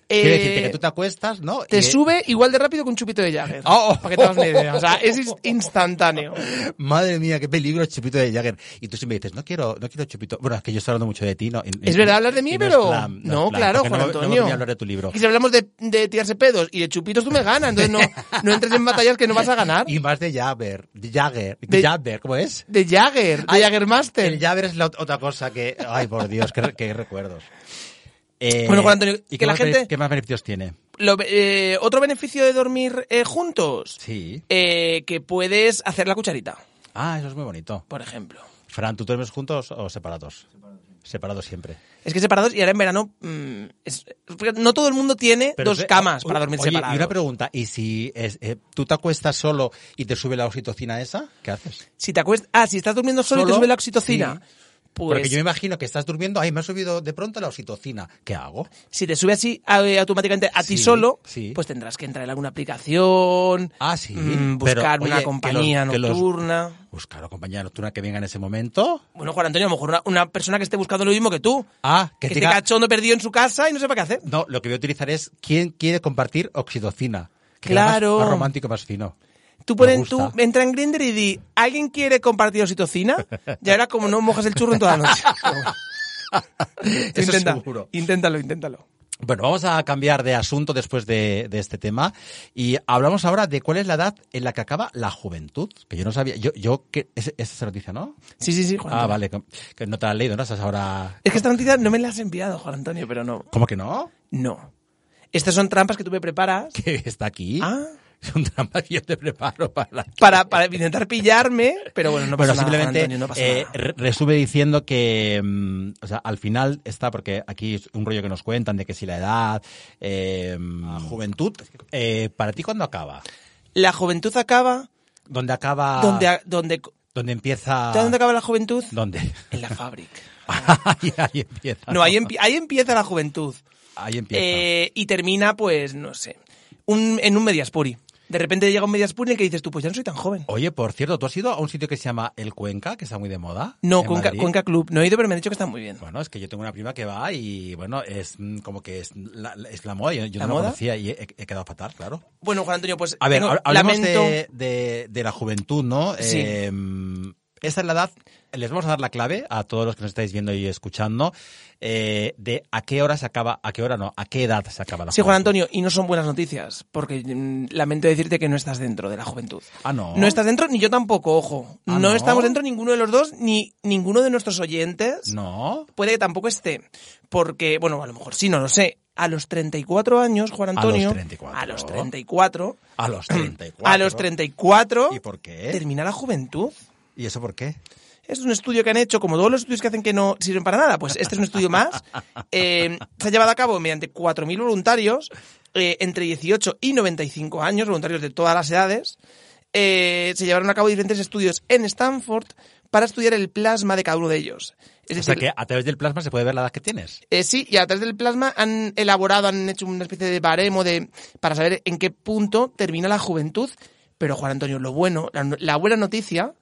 Speaker 5: Eh,
Speaker 4: Quiero decirte que tú te acuestas, ¿no?
Speaker 5: te
Speaker 4: Y, eh,
Speaker 5: sube igual de rápido que un chupito de Jagger.
Speaker 4: Oh.
Speaker 5: Para que te hagas una idea. O sea, es ins- instantáneo.
Speaker 4: Madre mía, qué peligro el chupito de Jagger. Y tú siempre dices, no quiero, no quiero chupito. Bueno, es que yo estoy hablando mucho de ti, ¿no? Y- y-
Speaker 5: Es verdad hablar de
Speaker 4: y
Speaker 5: mí,
Speaker 4: no es
Speaker 5: pero.
Speaker 4: plan, es
Speaker 5: no,
Speaker 4: plan,
Speaker 5: claro,
Speaker 4: porque
Speaker 5: Juan
Speaker 4: no- No, me
Speaker 5: Antonio.
Speaker 4: voy a hablar de tu libro.
Speaker 5: Y si hablamos de, de tirarse pedos y de chupitos, tú me ganas. Entonces no, no entres en batallas que no vas a ganar.
Speaker 4: Y más de Jagger. De Jagger. De
Speaker 5: De-
Speaker 4: Jagger, ¿cómo es?
Speaker 5: De Jagger, de Jagger Master.
Speaker 4: El Jagger es la ot- otra cosa que. Ay, por Dios, qué, qué recuerdos. Eh,
Speaker 5: Bueno, Juan Antonio,
Speaker 4: ¿y
Speaker 5: que la
Speaker 4: más
Speaker 5: gente-
Speaker 4: bene- ¿Qué más beneficios tiene?
Speaker 5: Lo- eh, Otro beneficio de dormir eh, juntos.
Speaker 4: Sí.
Speaker 5: eh, que puedes hacer la cucharita,
Speaker 4: Ah, eso es muy bonito.
Speaker 5: por ejemplo.
Speaker 4: Fran, ¿tú duermes juntos o separados? Separados siempre.
Speaker 5: Es que separados y ahora en verano mm, es- no todo el mundo tiene
Speaker 4: Pero
Speaker 5: dos
Speaker 4: es-
Speaker 5: camas
Speaker 4: o-
Speaker 5: para dormir
Speaker 4: oye,
Speaker 5: separados.
Speaker 4: Y una pregunta, ¿y si es- eh, tú te acuestas solo y te sube la oxitocina esa? ¿Qué haces?
Speaker 5: Si te acuestas. Ah, si estás durmiendo solo, y te
Speaker 4: Solo,
Speaker 5: sube la oxitocina. pues
Speaker 4: Porque yo me imagino que estás durmiendo, ay, me ha subido de pronto la oxitocina. ¿Qué hago?
Speaker 5: si te sube así a- eh, automáticamente a ti
Speaker 4: Sí,
Speaker 5: solo,
Speaker 4: sí.
Speaker 5: pues tendrás que entrar en alguna aplicación,
Speaker 4: Ah, sí,
Speaker 5: mm,
Speaker 4: pero,
Speaker 5: buscar
Speaker 4: oye, que
Speaker 5: una
Speaker 4: los-
Speaker 5: compañía
Speaker 4: que los-
Speaker 5: nocturna.
Speaker 4: Buscar una compañía Pues nocturna que venga en ese momento.
Speaker 5: Bueno, Juan Antonio, a lo mejor una, una persona que esté buscando lo mismo que tú.
Speaker 4: Ah, que
Speaker 5: que esté
Speaker 4: tenga-
Speaker 5: cachondo perdido en su casa y no sepa qué hacer.
Speaker 4: No, lo que voy a utilizar es quién quiere compartir oxitocina. Que era
Speaker 5: Claro.
Speaker 4: Más, más romántico, y más fino.
Speaker 5: Tú,
Speaker 4: Me
Speaker 5: pon en-
Speaker 4: gusta.
Speaker 5: tú entra en Grindr y di, ¿alguien quiere compartir oxitocina? Y ahora como no mojas el churro en toda la noche. Pero bueno, tú
Speaker 4: Eso
Speaker 5: intenta-
Speaker 4: seguro.
Speaker 5: Inténtalo, inténtalo.
Speaker 4: Bueno, vamos a cambiar de asunto después de, de este tema y hablamos ahora de cuál es la edad en la que acaba la juventud, que yo no sabía. Yo, yo que es, esa es la noticia, ¿no?
Speaker 5: Sí, sí, sí, Juan
Speaker 4: Ah,
Speaker 5: Antonio.
Speaker 4: vale, que que no te la has leído, ¿no? Estás ahora...
Speaker 5: Es que esta noticia no me la has enviado, Juan Antonio, pero no.
Speaker 4: ¿Cómo que no?
Speaker 5: No. Estas son trampas que tú me preparas
Speaker 4: Que está aquí.
Speaker 5: Ah.
Speaker 4: Es un drama que yo te preparo para la...
Speaker 5: para, para intentar pillarme, pero bueno, no pasa
Speaker 4: Bueno,
Speaker 5: nada, Juan
Speaker 4: simplemente
Speaker 5: Antonio, no pasa
Speaker 4: eh,
Speaker 5: nada.
Speaker 4: re- resume diciendo que, mm, o sea, al final está, porque aquí es un rollo que nos cuentan de que si la edad,
Speaker 5: Ah,
Speaker 4: eh, juventud, eh, ¿para ti cuándo acaba?
Speaker 5: La juventud acaba
Speaker 4: ¿Dónde acaba?
Speaker 5: donde, donde,
Speaker 4: ¿Dónde empieza?
Speaker 5: ¿sabes dónde acaba la juventud?
Speaker 4: ¿Dónde?
Speaker 5: En la fábrica.
Speaker 4: ahí, ahí empieza.
Speaker 5: No, ahí, empie- ahí empieza la juventud.
Speaker 4: Ahí empieza.
Speaker 5: Eh, y termina, pues, no sé, un- en un Mediaspuri. De repente llega un Mediaspuri en el que dices tú, pues ya no soy tan joven.
Speaker 4: Oye, por cierto, ¿tú has ido a un sitio que se llama El Cuenca, que está muy de moda?
Speaker 5: No,
Speaker 4: en
Speaker 5: Cuenca,
Speaker 4: Madrid?
Speaker 5: Cuenca Club. No he ido, pero me han dicho que está muy bien.
Speaker 4: Bueno, es que yo tengo una prima que va y, bueno, es mm, como que es la, es la moda. Yo, yo
Speaker 5: ¿La
Speaker 4: no la
Speaker 5: moda?
Speaker 4: conocía y he, he quedado fatal, claro.
Speaker 5: Bueno, Juan Antonio, pues
Speaker 4: A ver,
Speaker 5: tengo-
Speaker 4: ha- hablemos
Speaker 5: lamento...
Speaker 4: de, de- de la juventud, ¿no?
Speaker 5: Sí.
Speaker 4: Eh, esa es la edad. Les vamos a dar la clave a todos los que nos estáis viendo y escuchando eh, de a qué hora se acaba, a qué hora no, a qué edad se acaba la
Speaker 5: Sí, Juan
Speaker 4: juventud.
Speaker 5: Antonio, y no son buenas noticias, porque mm, lamento decirte que no estás dentro de la juventud.
Speaker 4: Ah, no.
Speaker 5: No estás dentro, ni yo tampoco, ojo.
Speaker 4: Ah,
Speaker 5: no,
Speaker 4: ¿no?
Speaker 5: estamos dentro ninguno de los dos, ni ninguno de nuestros oyentes.
Speaker 4: No.
Speaker 5: Puede que tampoco esté, porque, bueno, a lo mejor sí, no lo sé. A los 34 años, Juan
Speaker 4: los
Speaker 5: Antonio.
Speaker 4: 34.
Speaker 5: A los 34.
Speaker 4: A los 34.
Speaker 5: A los 34.
Speaker 4: ¿Y por qué?
Speaker 5: Termina la juventud.
Speaker 4: ¿Y eso por qué?
Speaker 5: Es un estudio que han hecho, como todos los estudios que hacen que no sirven para nada, pues este es un estudio más. Eh, se ha llevado a cabo mediante 4.000 voluntarios eh, entre 18 y 95 años, voluntarios de todas las edades. Eh, se llevaron a cabo diferentes estudios en Stanford para estudiar el plasma de cada uno de ellos. Es
Speaker 4: o sea
Speaker 5: decir,
Speaker 4: que a través del plasma se puede ver la edad que tienes.
Speaker 5: eh, sí, y a través del plasma han elaborado, han hecho una especie de baremo de, para saber en qué punto termina la juventud. Pero, Juan Antonio, lo bueno, la, no- la buena noticia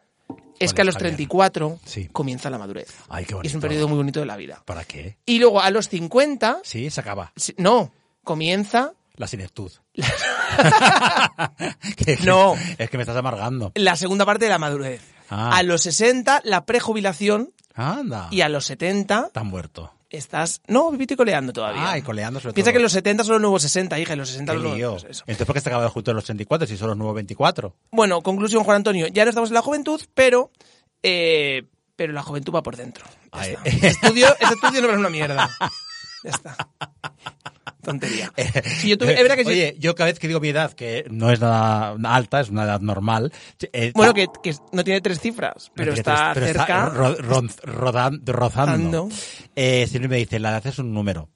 Speaker 5: es
Speaker 4: Bueno,
Speaker 5: que a los
Speaker 4: está bien.
Speaker 5: 34
Speaker 4: Sí.
Speaker 5: comienza la madurez.
Speaker 4: Ay, qué
Speaker 5: Y es un
Speaker 4: bonito.
Speaker 5: periodo muy bonito de la vida.
Speaker 4: ¿Para qué?
Speaker 5: Y luego a los 50,
Speaker 4: Sí, se acaba.
Speaker 5: si- no, comienza
Speaker 4: La senectud. Que- que-
Speaker 5: No.
Speaker 4: Es que me estás amargando.
Speaker 5: la segunda parte de la madurez.
Speaker 4: Ah.
Speaker 5: A los 60, la prejubilación.
Speaker 4: Anda.
Speaker 5: Y a los 70,
Speaker 4: Está muerto.
Speaker 5: estás, no, vivito y coleando todavía.
Speaker 4: Ah, y coleando sobre
Speaker 5: Piensa
Speaker 4: todo.
Speaker 5: que los 70 son los nuevos 60, hija, y los 60
Speaker 4: Qué
Speaker 5: los
Speaker 4: lío.
Speaker 5: nuevos. eso.
Speaker 4: Entonces, ¿por qué se acaba justo en los 34 si son los nuevos 24?
Speaker 5: Bueno, conclusión, Juan Antonio. Ya no estamos en la juventud, pero. eh, pero la juventud va por dentro. Ya
Speaker 4: Ay.
Speaker 5: está. Este estudio, este estudio no vale una mierda. Ya está. Tontería. Si yo tuve- es verdad que si-
Speaker 4: Oye, yo cada vez que digo mi edad, que no es nada alta, es una edad normal. eh,
Speaker 5: bueno,
Speaker 4: ta-
Speaker 5: que, que no tiene tres cifras, pero
Speaker 4: tiene
Speaker 5: está
Speaker 4: tres- pero
Speaker 5: cerca.
Speaker 4: ro- ron- rodan- rozando.
Speaker 5: Ando.
Speaker 4: Eh, siempre me dice, la edad es un número.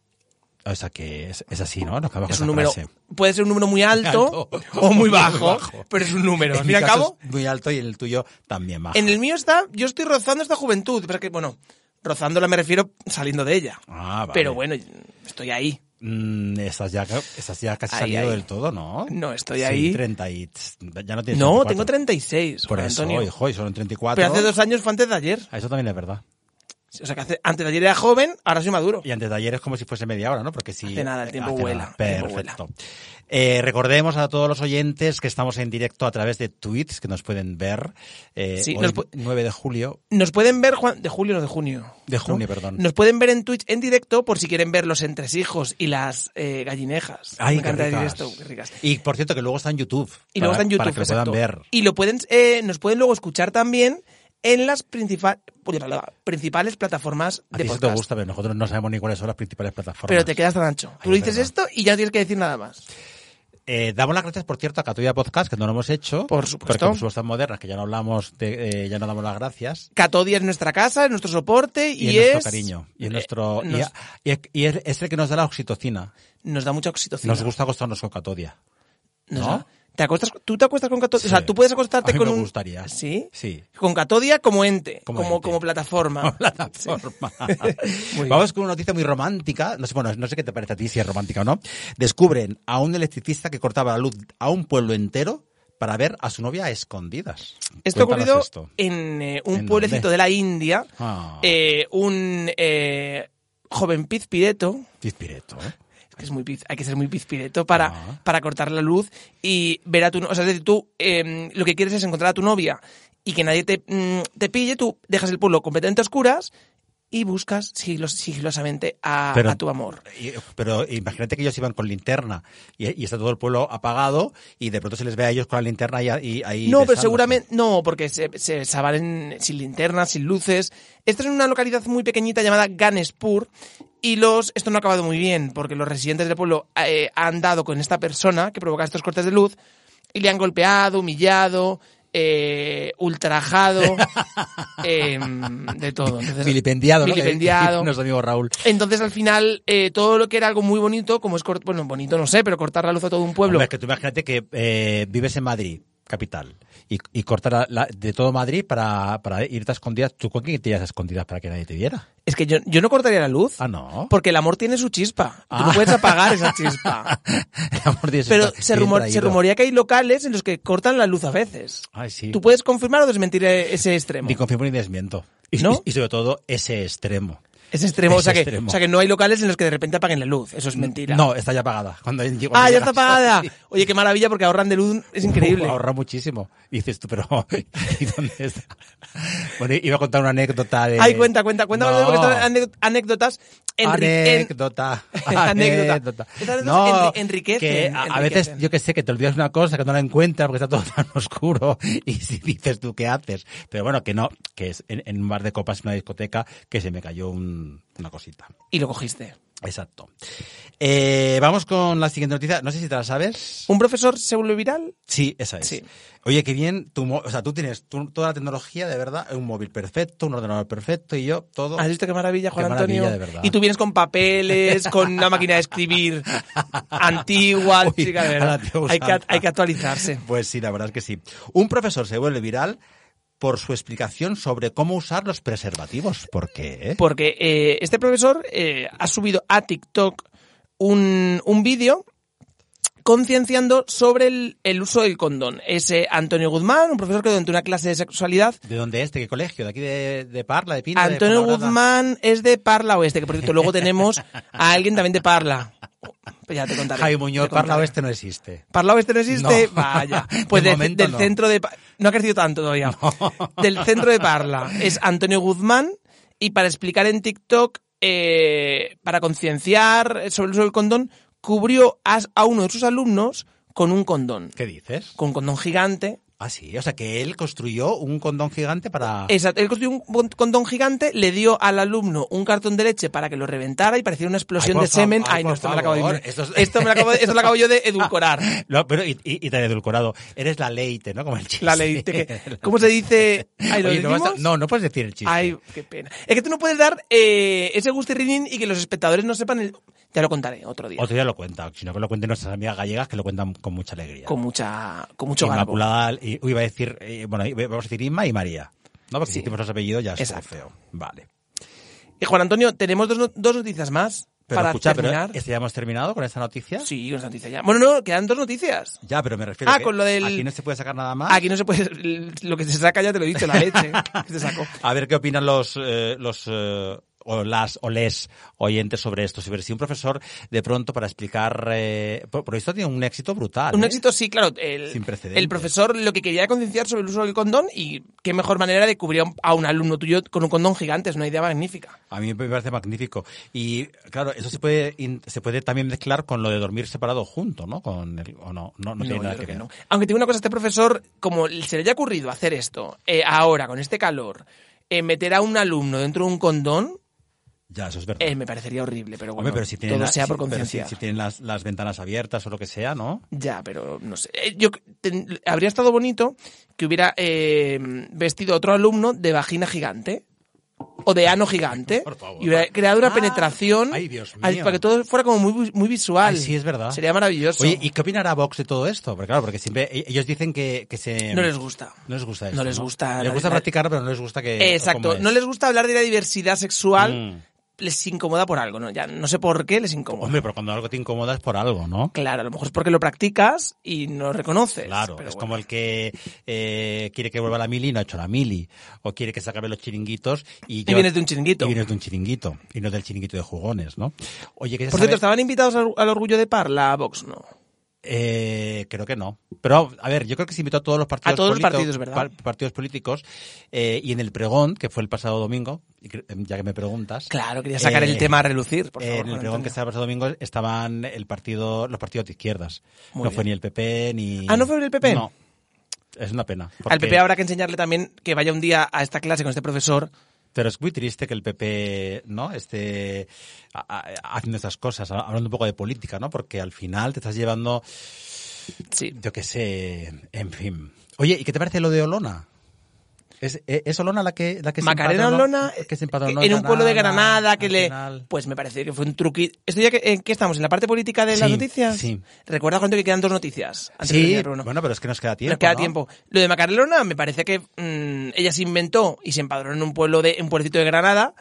Speaker 4: O sea que es, es así, ¿no? Nos acabamos eh.
Speaker 5: es
Speaker 4: con
Speaker 5: un
Speaker 4: esa
Speaker 5: número.
Speaker 4: frase.
Speaker 5: Puede ser un número muy alto, o muy bajo, pero es un número.
Speaker 4: En
Speaker 5: Al
Speaker 4: mi
Speaker 5: fin y al
Speaker 4: caso
Speaker 5: cabo,
Speaker 4: es muy alto y en el tuyo también bajo.
Speaker 5: en el mío está. Yo estoy rozando esta juventud. Pero es que, bueno, rozándola me refiero saliendo de ella.
Speaker 4: Ah, vale.
Speaker 5: Pero bueno, estoy ahí.
Speaker 4: Mm, estás, ya, estás ya casi
Speaker 5: Ahí,
Speaker 4: salido
Speaker 5: ahí.
Speaker 4: del todo, ¿no?
Speaker 5: No, estoy
Speaker 4: Sí,
Speaker 5: ahí.
Speaker 4: 30 y... Ya no tienes
Speaker 5: No,
Speaker 4: 34.
Speaker 5: tengo 36.
Speaker 4: Por
Speaker 5: Juan
Speaker 4: eso,
Speaker 5: Antonio.
Speaker 4: hijo, y solo en 34.
Speaker 5: Pero hace dos años fue antes de ayer.
Speaker 4: Ah, Eso también es verdad.
Speaker 5: O sea que hace- antes de ayer era joven, ahora soy maduro.
Speaker 4: Y antes de ayer es como si fuese media hora, ¿no? Porque si... Ah,
Speaker 5: Hace nada, el tiempo
Speaker 4: hace
Speaker 5: vuela, el tiempo
Speaker 4: Perfecto. Eh, recordemos a todos los oyentes que estamos en directo a través de tweets que nos pueden ver. Eh,
Speaker 5: Sí,
Speaker 4: hoy,
Speaker 5: nos pu-
Speaker 4: 9 de julio.
Speaker 5: Nos pueden ver, Juan, de julio, no de junio.
Speaker 4: De
Speaker 5: ¿no?
Speaker 4: junio, perdón.
Speaker 5: Nos pueden ver en Twitch en directo por si quieren ver los entresijos y las eh, gallinejas.
Speaker 4: Ay,
Speaker 5: Me
Speaker 4: qué
Speaker 5: encanta decir
Speaker 4: ricas.
Speaker 5: esto, qué ricas.
Speaker 4: Y por cierto, que luego está en YouTube.
Speaker 5: Y
Speaker 4: para-
Speaker 5: luego está en YouTube.
Speaker 4: Para que lo puedan
Speaker 5: exacto.
Speaker 4: ver.
Speaker 5: Y lo pueden, eh, nos pueden luego escuchar también en las principal- principales plataformas
Speaker 4: A
Speaker 5: de
Speaker 4: ti eso te
Speaker 5: podcast.
Speaker 4: gusta, pero nosotros no sabemos ni cuáles son las principales plataformas.
Speaker 5: Pero te quedas tan ancho.
Speaker 4: Ahí
Speaker 5: Tú lo
Speaker 4: es
Speaker 5: dices
Speaker 4: verdad.
Speaker 5: esto y ya no tienes que decir nada más.
Speaker 4: Eh, damos las gracias, por cierto, a Catuya Podcast, que no lo hemos hecho.
Speaker 5: Por supuesto.
Speaker 4: Porque en sus voces modernas, que ya no hablamos, de, eh, ya no damos las gracias.
Speaker 5: Catodia es nuestra casa, es nuestro soporte
Speaker 4: Y,
Speaker 5: y,
Speaker 4: es nuestro
Speaker 5: es-
Speaker 4: cariño. Y,
Speaker 5: eh,
Speaker 4: es nuestro, y,
Speaker 5: nos,
Speaker 4: a- y es- y es, es el que nos da la oxitocina.
Speaker 5: nos da mucha oxitocina.
Speaker 4: Nos gusta acostarnos con Catodia.
Speaker 5: Nos
Speaker 4: ¿no?
Speaker 5: da- Te acuestas, tú te acuestas con Catodia. O
Speaker 4: Sí.
Speaker 5: sea, tú puedes acostarte
Speaker 4: A mí
Speaker 5: con
Speaker 4: me
Speaker 5: un-
Speaker 4: gustaría.
Speaker 5: ¿Sí?
Speaker 4: Sí.
Speaker 5: Con Catodia como ente,
Speaker 4: Como
Speaker 5: como,
Speaker 4: ente.
Speaker 5: como plataforma.
Speaker 4: plataforma.
Speaker 5: bien.
Speaker 4: Vamos con una noticia muy romántica. No sé, bueno, no sé qué te parece a ti si es romántica o no. Descubren a un electricista que cortaba la luz a un pueblo entero para ver a su novia a escondidas.
Speaker 5: Esto ha
Speaker 4: Cuéntanos
Speaker 5: ocurrido
Speaker 4: esto.
Speaker 5: en eh,
Speaker 4: ¿En
Speaker 5: un
Speaker 4: dónde?
Speaker 5: pueblecito de la India.
Speaker 4: Ah.
Speaker 5: eh, un eh, joven pizpireto,
Speaker 4: Pizpireto, ¿eh?
Speaker 5: es que es muy piz- hay que ser muy pizpireto para,
Speaker 4: Ah.
Speaker 5: para cortar la luz y ver a tu... no- O sea, es decir, tú eh, lo que quieres es encontrar a tu novia y que nadie te, mm, te pille, tú dejas el pueblo completamente a oscuras y buscas sigilo- sigilosamente a,
Speaker 4: Pero-
Speaker 5: a tu amor.
Speaker 4: Y- Pero imagínate que ellos iban con linterna y, y está todo el pueblo apagado y de pronto se les ve a ellos con la linterna y, y ahí.
Speaker 5: No, pero
Speaker 4: besándose.
Speaker 5: seguramente. No, porque se, se, se avalen sin linternas, sin luces. Esta es una localidad muy pequeñita llamada Ganespur. Y los. Esto no ha acabado muy bien, porque los residentes del pueblo eh, han dado con esta persona que provoca estos cortes de luz. Y le han golpeado, humillado, eh, ultrajado. eh, de todo. Entonces,
Speaker 4: Vilipendiado, ¿no?
Speaker 5: Vilipendiado.
Speaker 4: Nos amigo Raúl.
Speaker 5: Entonces, al final, eh, todo lo que era algo muy bonito, como es. cort- Bueno, bonito no sé, pero cortar la luz a todo un pueblo.
Speaker 4: Hombre, es que tú imagínate que eh, vives en Madrid, capital, y, y cortar la- la- de todo Madrid para, para irte a escondidas. ¿Tú con quién te ibas a escondidas para que nadie te viera?
Speaker 5: Es que yo, yo no cortaría la luz.
Speaker 4: Ah, no.
Speaker 5: Porque el amor tiene su chispa. Tú
Speaker 4: Ah.
Speaker 5: no puedes apagar esa chispa.
Speaker 4: El amor de Dios
Speaker 5: Pero
Speaker 4: está
Speaker 5: se,
Speaker 4: bien
Speaker 5: rumor-
Speaker 4: traído.
Speaker 5: se rumorea que hay locales en los que cortan la luz a veces.
Speaker 4: Ay, sí.
Speaker 5: ¿Tú puedes confirmar o desmentir eh, ese extremo?
Speaker 4: Ni confirmo ni desmiento. Y,
Speaker 5: ¿No?
Speaker 4: y sobre todo ese extremo.
Speaker 5: Ese extremo, o,
Speaker 4: Ese
Speaker 5: sea que,
Speaker 4: extremo.
Speaker 5: o sea que no hay locales en los que de repente apaguen la luz. Eso es mentira.
Speaker 4: No, está ya apagada. Cuando, cuando
Speaker 5: Ah, ya
Speaker 4: llegas-
Speaker 5: está apagada. Oye, qué maravilla porque ahorran de luz. Es increíble.
Speaker 4: Uh, ahorra muchísimo. Y dices tú, pero ¿y dónde está? Bueno, iba a contar una anécdota de.
Speaker 5: Ay, cuenta, cuenta, cuenta.
Speaker 4: No.
Speaker 5: porque estas anécdo- anécdotas enri- en-
Speaker 4: Anécdota.
Speaker 5: Anécdota. Estas anécdotas
Speaker 4: No,
Speaker 5: enri- enriquecen,
Speaker 4: que a, a
Speaker 5: enriquecen.
Speaker 4: veces, yo que sé, que te olvidas una cosa, que no la encuentras porque está todo tan oscuro y si dices tú qué haces. Pero bueno, que no, que es en, en un bar de copas, en una discoteca, que se me cayó un- una cosita.
Speaker 5: Y lo cogiste.
Speaker 4: Exacto. Eh, vamos con la siguiente noticia. No sé si te la sabes.
Speaker 5: ¿Un profesor se vuelve viral?
Speaker 4: Sí, esa es.
Speaker 5: Sí.
Speaker 4: Oye, qué bien, tu mo- o sea, tú tienes tu- toda la tecnología, de verdad, un móvil perfecto, un ordenador perfecto y yo todo.
Speaker 5: ¿Has visto qué maravilla, Juan
Speaker 4: Qué maravilla, de
Speaker 5: Antonio?
Speaker 4: verdad.
Speaker 5: Y tú vienes con papeles, con una máquina de escribir antigua,
Speaker 4: Uy,
Speaker 5: chica, de
Speaker 4: ahora
Speaker 5: verdad.
Speaker 4: te he
Speaker 5: Hay que,
Speaker 4: usado.
Speaker 5: hay que actualizarse.
Speaker 4: Pues sí, la verdad es que sí. Un profesor se vuelve viral por su explicación sobre cómo usar los preservativos. ¿Por qué?
Speaker 5: Porque eh, este profesor eh, ha subido a TikTok un, un vídeo concienciando sobre el, el uso del condón. Es eh, Antonio Guzmán, un profesor que durante una clase de sexualidad
Speaker 4: ¿De dónde este? ¿Qué colegio? ¿De aquí de, de Parla, de Pina? de
Speaker 5: Antonio
Speaker 4: Fuenlabrada?
Speaker 5: Guzmán es de Parla Oeste, que por cierto luego tenemos a alguien también de Parla. Pues ya te contaré.
Speaker 4: Javi Muñoz,
Speaker 5: te contaré.
Speaker 4: Parla Oeste no existe.
Speaker 5: ¿Parla Oeste no existe?
Speaker 4: No.
Speaker 5: Vaya.
Speaker 4: De
Speaker 5: Pues del-
Speaker 4: momento
Speaker 5: del
Speaker 4: no.
Speaker 5: centro de... Pa- No ha crecido tanto todavía. Del centro de Parla. Es Antonio Guzmán y para explicar en TikTok, eh, para concienciar sobre el uso del condón, cubrió a, a uno de sus alumnos con un condón.
Speaker 4: ¿Qué dices?
Speaker 5: Con un condón gigante.
Speaker 4: Ah, sí, o sea, que él construyó un condón gigante para...
Speaker 5: Exacto. Él construyó un condón gigante, le dio al alumno un cartón de leche para que lo reventara y pareciera una explosión
Speaker 4: Ay, por
Speaker 5: de semen.
Speaker 4: favor, ay,
Speaker 5: Ay, no,
Speaker 4: por
Speaker 5: esto me lo acabo de
Speaker 4: favor.
Speaker 5: inventar.
Speaker 4: Esto es-
Speaker 5: Esto me lo acabo, de- esto lo acabo yo de edulcorar.
Speaker 4: No, pero y, y- y tan edulcorado. Eres la leite, ¿no? Como el chiste.
Speaker 5: La ley. de que- ¿Cómo se dice? Ay, ¿lo
Speaker 4: Oye, no, vas a-
Speaker 5: decimos?
Speaker 4: no, no puedes decir el chiste.
Speaker 5: Ay, qué pena. Es que tú no puedes dar eh, ese gustirrinín y que los espectadores no sepan el... Ya lo contaré otro día.
Speaker 4: Otro día lo cuenta, si no que lo cuenten nuestras amigas gallegas que lo cuentan con mucha alegría.
Speaker 5: Con mucha... Con mucho garbo.
Speaker 4: Inmaculada, y, uy, iba a decir, eh, bueno, iba- vamos a decir Inma y María. No, porque si
Speaker 5: Sí.
Speaker 4: decimos los apellidos ya es
Speaker 5: Exacto.
Speaker 4: feo. Vale.
Speaker 5: Y Juan Antonio, tenemos dos, no- dos noticias más
Speaker 4: Pero
Speaker 5: para
Speaker 4: escucha, pero
Speaker 5: terminar.
Speaker 4: ¿este ya hemos terminado con esta noticia?
Speaker 5: Sí, una noticia ya. Bueno, no, quedan dos noticias.
Speaker 4: Ya, pero me refiero
Speaker 5: Ah,
Speaker 4: a que
Speaker 5: con lo del-
Speaker 4: aquí no se puede sacar nada más.
Speaker 5: Aquí no se puede... Lo que se saca ya te lo he dicho, la leche que se sacó.
Speaker 4: A ver qué opinan los eh, los eh, o las o les oyentes sobre esto. Si ver si un profesor de pronto para explicar eh, por, por esto tiene un éxito brutal.
Speaker 5: Un
Speaker 4: ¿eh?
Speaker 5: éxito, sí, claro. El,
Speaker 4: Sin precedentes.
Speaker 5: el profesor lo que quería era concienciar sobre el uso del condón y qué mejor manera de cubrir a un- a un alumno tuyo con un condón gigante. Es una idea magnífica.
Speaker 4: A mí me parece magnífico. Y claro, eso se puede in- se puede también mezclar con lo de dormir separado junto, ¿no? Con el- o no, no, no
Speaker 5: No,
Speaker 4: tiene
Speaker 5: yo
Speaker 4: nada que
Speaker 5: creo que
Speaker 4: ver.
Speaker 5: no. Aunque tengo una cosa, este profesor, como se le haya ocurrido hacer esto eh, ahora, con este calor, eh, meter a un alumno dentro de un condón,
Speaker 4: Ya, eso es verdad.
Speaker 5: eh, me parecería horrible. Pero bueno,
Speaker 4: Hombre, pero si tienen,
Speaker 5: todo
Speaker 4: la-
Speaker 5: sea
Speaker 4: si-
Speaker 5: por
Speaker 4: pero si-
Speaker 5: conciencia.
Speaker 4: si tienen las, las ventanas abiertas o lo que sea, ¿no?
Speaker 5: Ya, pero no sé. Eh, Yo ten- habría estado bonito que hubiera eh, vestido a otro alumno de vagina gigante. o de ano gigante.
Speaker 4: Por favor.
Speaker 5: Y hubiera creado una
Speaker 4: Ah,
Speaker 5: penetración
Speaker 4: ay, Dios
Speaker 5: al-
Speaker 4: mío.
Speaker 5: para que todo fuera como muy, muy visual.
Speaker 4: Ay, sí, es verdad.
Speaker 5: Sería maravilloso.
Speaker 4: Oye, ¿y qué opinará Vox de todo esto? Porque claro, porque siempre e- ellos dicen que, que se...
Speaker 5: No les gusta.
Speaker 4: No les gusta
Speaker 5: No
Speaker 4: esto,
Speaker 5: les gusta
Speaker 4: Les
Speaker 5: la-
Speaker 4: gusta
Speaker 5: la-
Speaker 4: practicarlo, pero no les gusta que...
Speaker 5: Eh,
Speaker 4: ¿cómo
Speaker 5: Exacto.
Speaker 4: es?
Speaker 5: No les gusta hablar de la diversidad sexual.
Speaker 4: Mm.
Speaker 5: Les incomoda por algo, ¿no? Ya no sé por qué les incomoda.
Speaker 4: Hombre, pero cuando algo te incomoda es por algo, ¿no?
Speaker 5: Claro, a lo mejor es porque lo practicas y no lo reconoces.
Speaker 4: Claro,
Speaker 5: pero
Speaker 4: es
Speaker 5: bueno.
Speaker 4: como el que eh, quiere que vuelva la mili y no ha hecho la mili. O quiere que se acaben los chiringuitos y...
Speaker 5: Y vienes de un chiringuito.
Speaker 4: Y vienes de un chiringuito. Y no del chiringuito de jugones, ¿no? Oye, que ya
Speaker 5: Por cierto,
Speaker 4: sabes-
Speaker 5: ¿estaban invitados al, al Orgullo de Par? La Vox, ¿no?
Speaker 4: Eh, creo que no. Pero, a ver, yo creo que se invitó a todos los partidos
Speaker 5: A todos los
Speaker 4: políticos-
Speaker 5: partidos, ¿verdad?
Speaker 4: partidos políticos. eh, y en el pregón, que fue el pasado domingo, y cre- eh, ya que me preguntas.
Speaker 5: Claro, quería sacar
Speaker 4: eh,
Speaker 5: el tema a relucir, por
Speaker 4: eh,
Speaker 5: favor.
Speaker 4: en el
Speaker 5: Juan
Speaker 4: pregón que
Speaker 5: Antonio.
Speaker 4: estaba el pasado domingo estaban el partido, los partidos de izquierdas.
Speaker 5: Muy
Speaker 4: no fue ni
Speaker 5: bien.
Speaker 4: el PP ni.
Speaker 5: Ah, ¿no fue el PP?
Speaker 4: No. Es una pena.
Speaker 5: Al
Speaker 4: porque-
Speaker 5: PP habrá que enseñarle también que vaya un día a esta clase con este profesor.
Speaker 4: Pero es muy triste que el PP, ¿no? Esté a- a- haciendo estas cosas, a- hablando un poco de política, ¿no? Porque al final te estás llevando,
Speaker 5: Sí.
Speaker 4: yo qué sé, en fin. Oye, ¿y qué te parece lo de Olona? ¿Es, eh, es Olona la que, la que
Speaker 5: Macarena
Speaker 4: empadronó-
Speaker 5: Olona
Speaker 4: que se empadronó
Speaker 5: en un pueblo de Granada que
Speaker 4: al
Speaker 5: le
Speaker 4: final?
Speaker 5: pues me parece que fue un truqui esto ya que en qué estamos en la parte política de las
Speaker 4: Sí,
Speaker 5: noticias
Speaker 4: sí.
Speaker 5: recuerda cuánto que quedan dos noticias antes de
Speaker 4: Sí,
Speaker 5: terminar uno.
Speaker 4: bueno, pero es que nos queda tiempo.
Speaker 5: Nos queda
Speaker 4: ¿no?
Speaker 5: tiempo. Lo de Macarena me parece que mm, ella se inventó y se empadronó en un pueblo de un pueblecito de Granada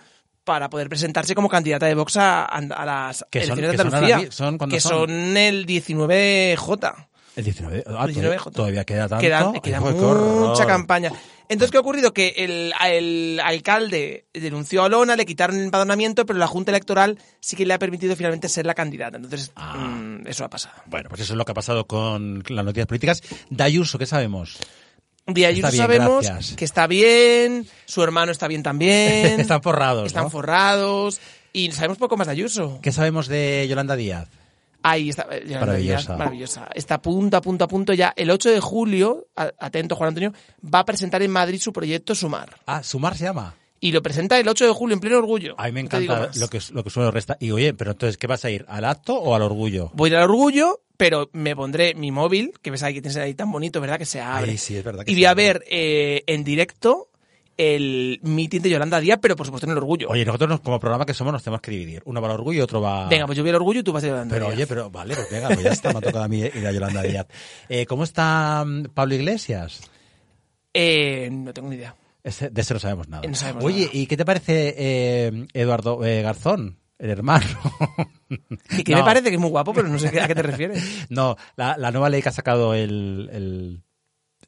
Speaker 5: para poder presentarse como candidata de Vox a, a las
Speaker 4: Que son- que
Speaker 5: elecciones de
Speaker 4: son ahora
Speaker 5: Andalucía,
Speaker 4: mi- son cuando
Speaker 5: que
Speaker 4: son.
Speaker 5: son el 19J.
Speaker 4: El 19, ah,
Speaker 5: 19
Speaker 4: todavía, todavía queda tanto.
Speaker 5: Queda,
Speaker 4: Ay,
Speaker 5: queda
Speaker 4: joder, qué
Speaker 5: mucha
Speaker 4: horror.
Speaker 5: campaña. Entonces, ¿qué ha ocurrido? Que el, el alcalde denunció a Olona, le quitaron el empadronamiento, pero la Junta Electoral sí que le ha permitido finalmente ser la candidata. Entonces,
Speaker 4: Ah.
Speaker 5: mm, eso ha pasado.
Speaker 4: Bueno, pues eso es lo que ha pasado con las noticias políticas. Dayuso, ¿qué sabemos?
Speaker 5: De Ayuso
Speaker 4: bien,
Speaker 5: sabemos
Speaker 4: gracias.
Speaker 5: que está bien, su hermano está bien también.
Speaker 4: Están forrados.
Speaker 5: Están
Speaker 4: ¿no?
Speaker 5: forrados. Y sabemos poco más de Ayuso.
Speaker 4: ¿Qué sabemos de Yolanda Díaz?
Speaker 5: Ahí está. eh, Yolanda
Speaker 4: Maravillosa.
Speaker 5: Díaz, maravillosa. Está punto a punto a punto ya. El 8 de julio, a- atento Juan Antonio, va a presentar en Madrid su proyecto Sumar.
Speaker 4: Ah, Sumar se llama.
Speaker 5: Y lo presenta el 8 de julio en pleno orgullo.
Speaker 4: A mí me
Speaker 5: No te digo
Speaker 4: encanta
Speaker 5: más.
Speaker 4: lo que, lo que suelo resta. Y oye, pero entonces, ¿qué vas a ir? ¿Al acto o al orgullo?
Speaker 5: Voy a ir al orgullo, pero me pondré mi móvil, que ves ahí que tienes ahí tan bonito, ¿verdad? Que se abre.
Speaker 4: Ay, sí, es verdad que
Speaker 5: y
Speaker 4: se
Speaker 5: voy a
Speaker 4: abre.
Speaker 5: ver eh, en directo el meeting de Yolanda Díaz, pero por supuesto en el orgullo.
Speaker 4: Oye, nosotros nos- como programa que somos nos tenemos que dividir. Uno va al orgullo y otro va...
Speaker 5: Venga, pues yo voy al orgullo y tú vas a Yolanda
Speaker 4: Pero
Speaker 5: Díaz.
Speaker 4: oye, pero vale, pues venga, pues ya está, me ha tocado a mí ir a Yolanda Díaz. Eh, ¿Cómo está mm, Pablo Iglesias?
Speaker 5: Eh, no tengo ni idea.
Speaker 4: Ese- de ese no sabemos nada.
Speaker 5: No sabemos
Speaker 4: oye,
Speaker 5: nada.
Speaker 4: ¿y qué te parece eh, Eduardo eh, Garzón, el hermano?
Speaker 5: Y que
Speaker 4: No.
Speaker 5: me parece que es muy guapo, pero no sé a qué te refieres.
Speaker 4: No, la, la nueva ley que ha sacado el, el,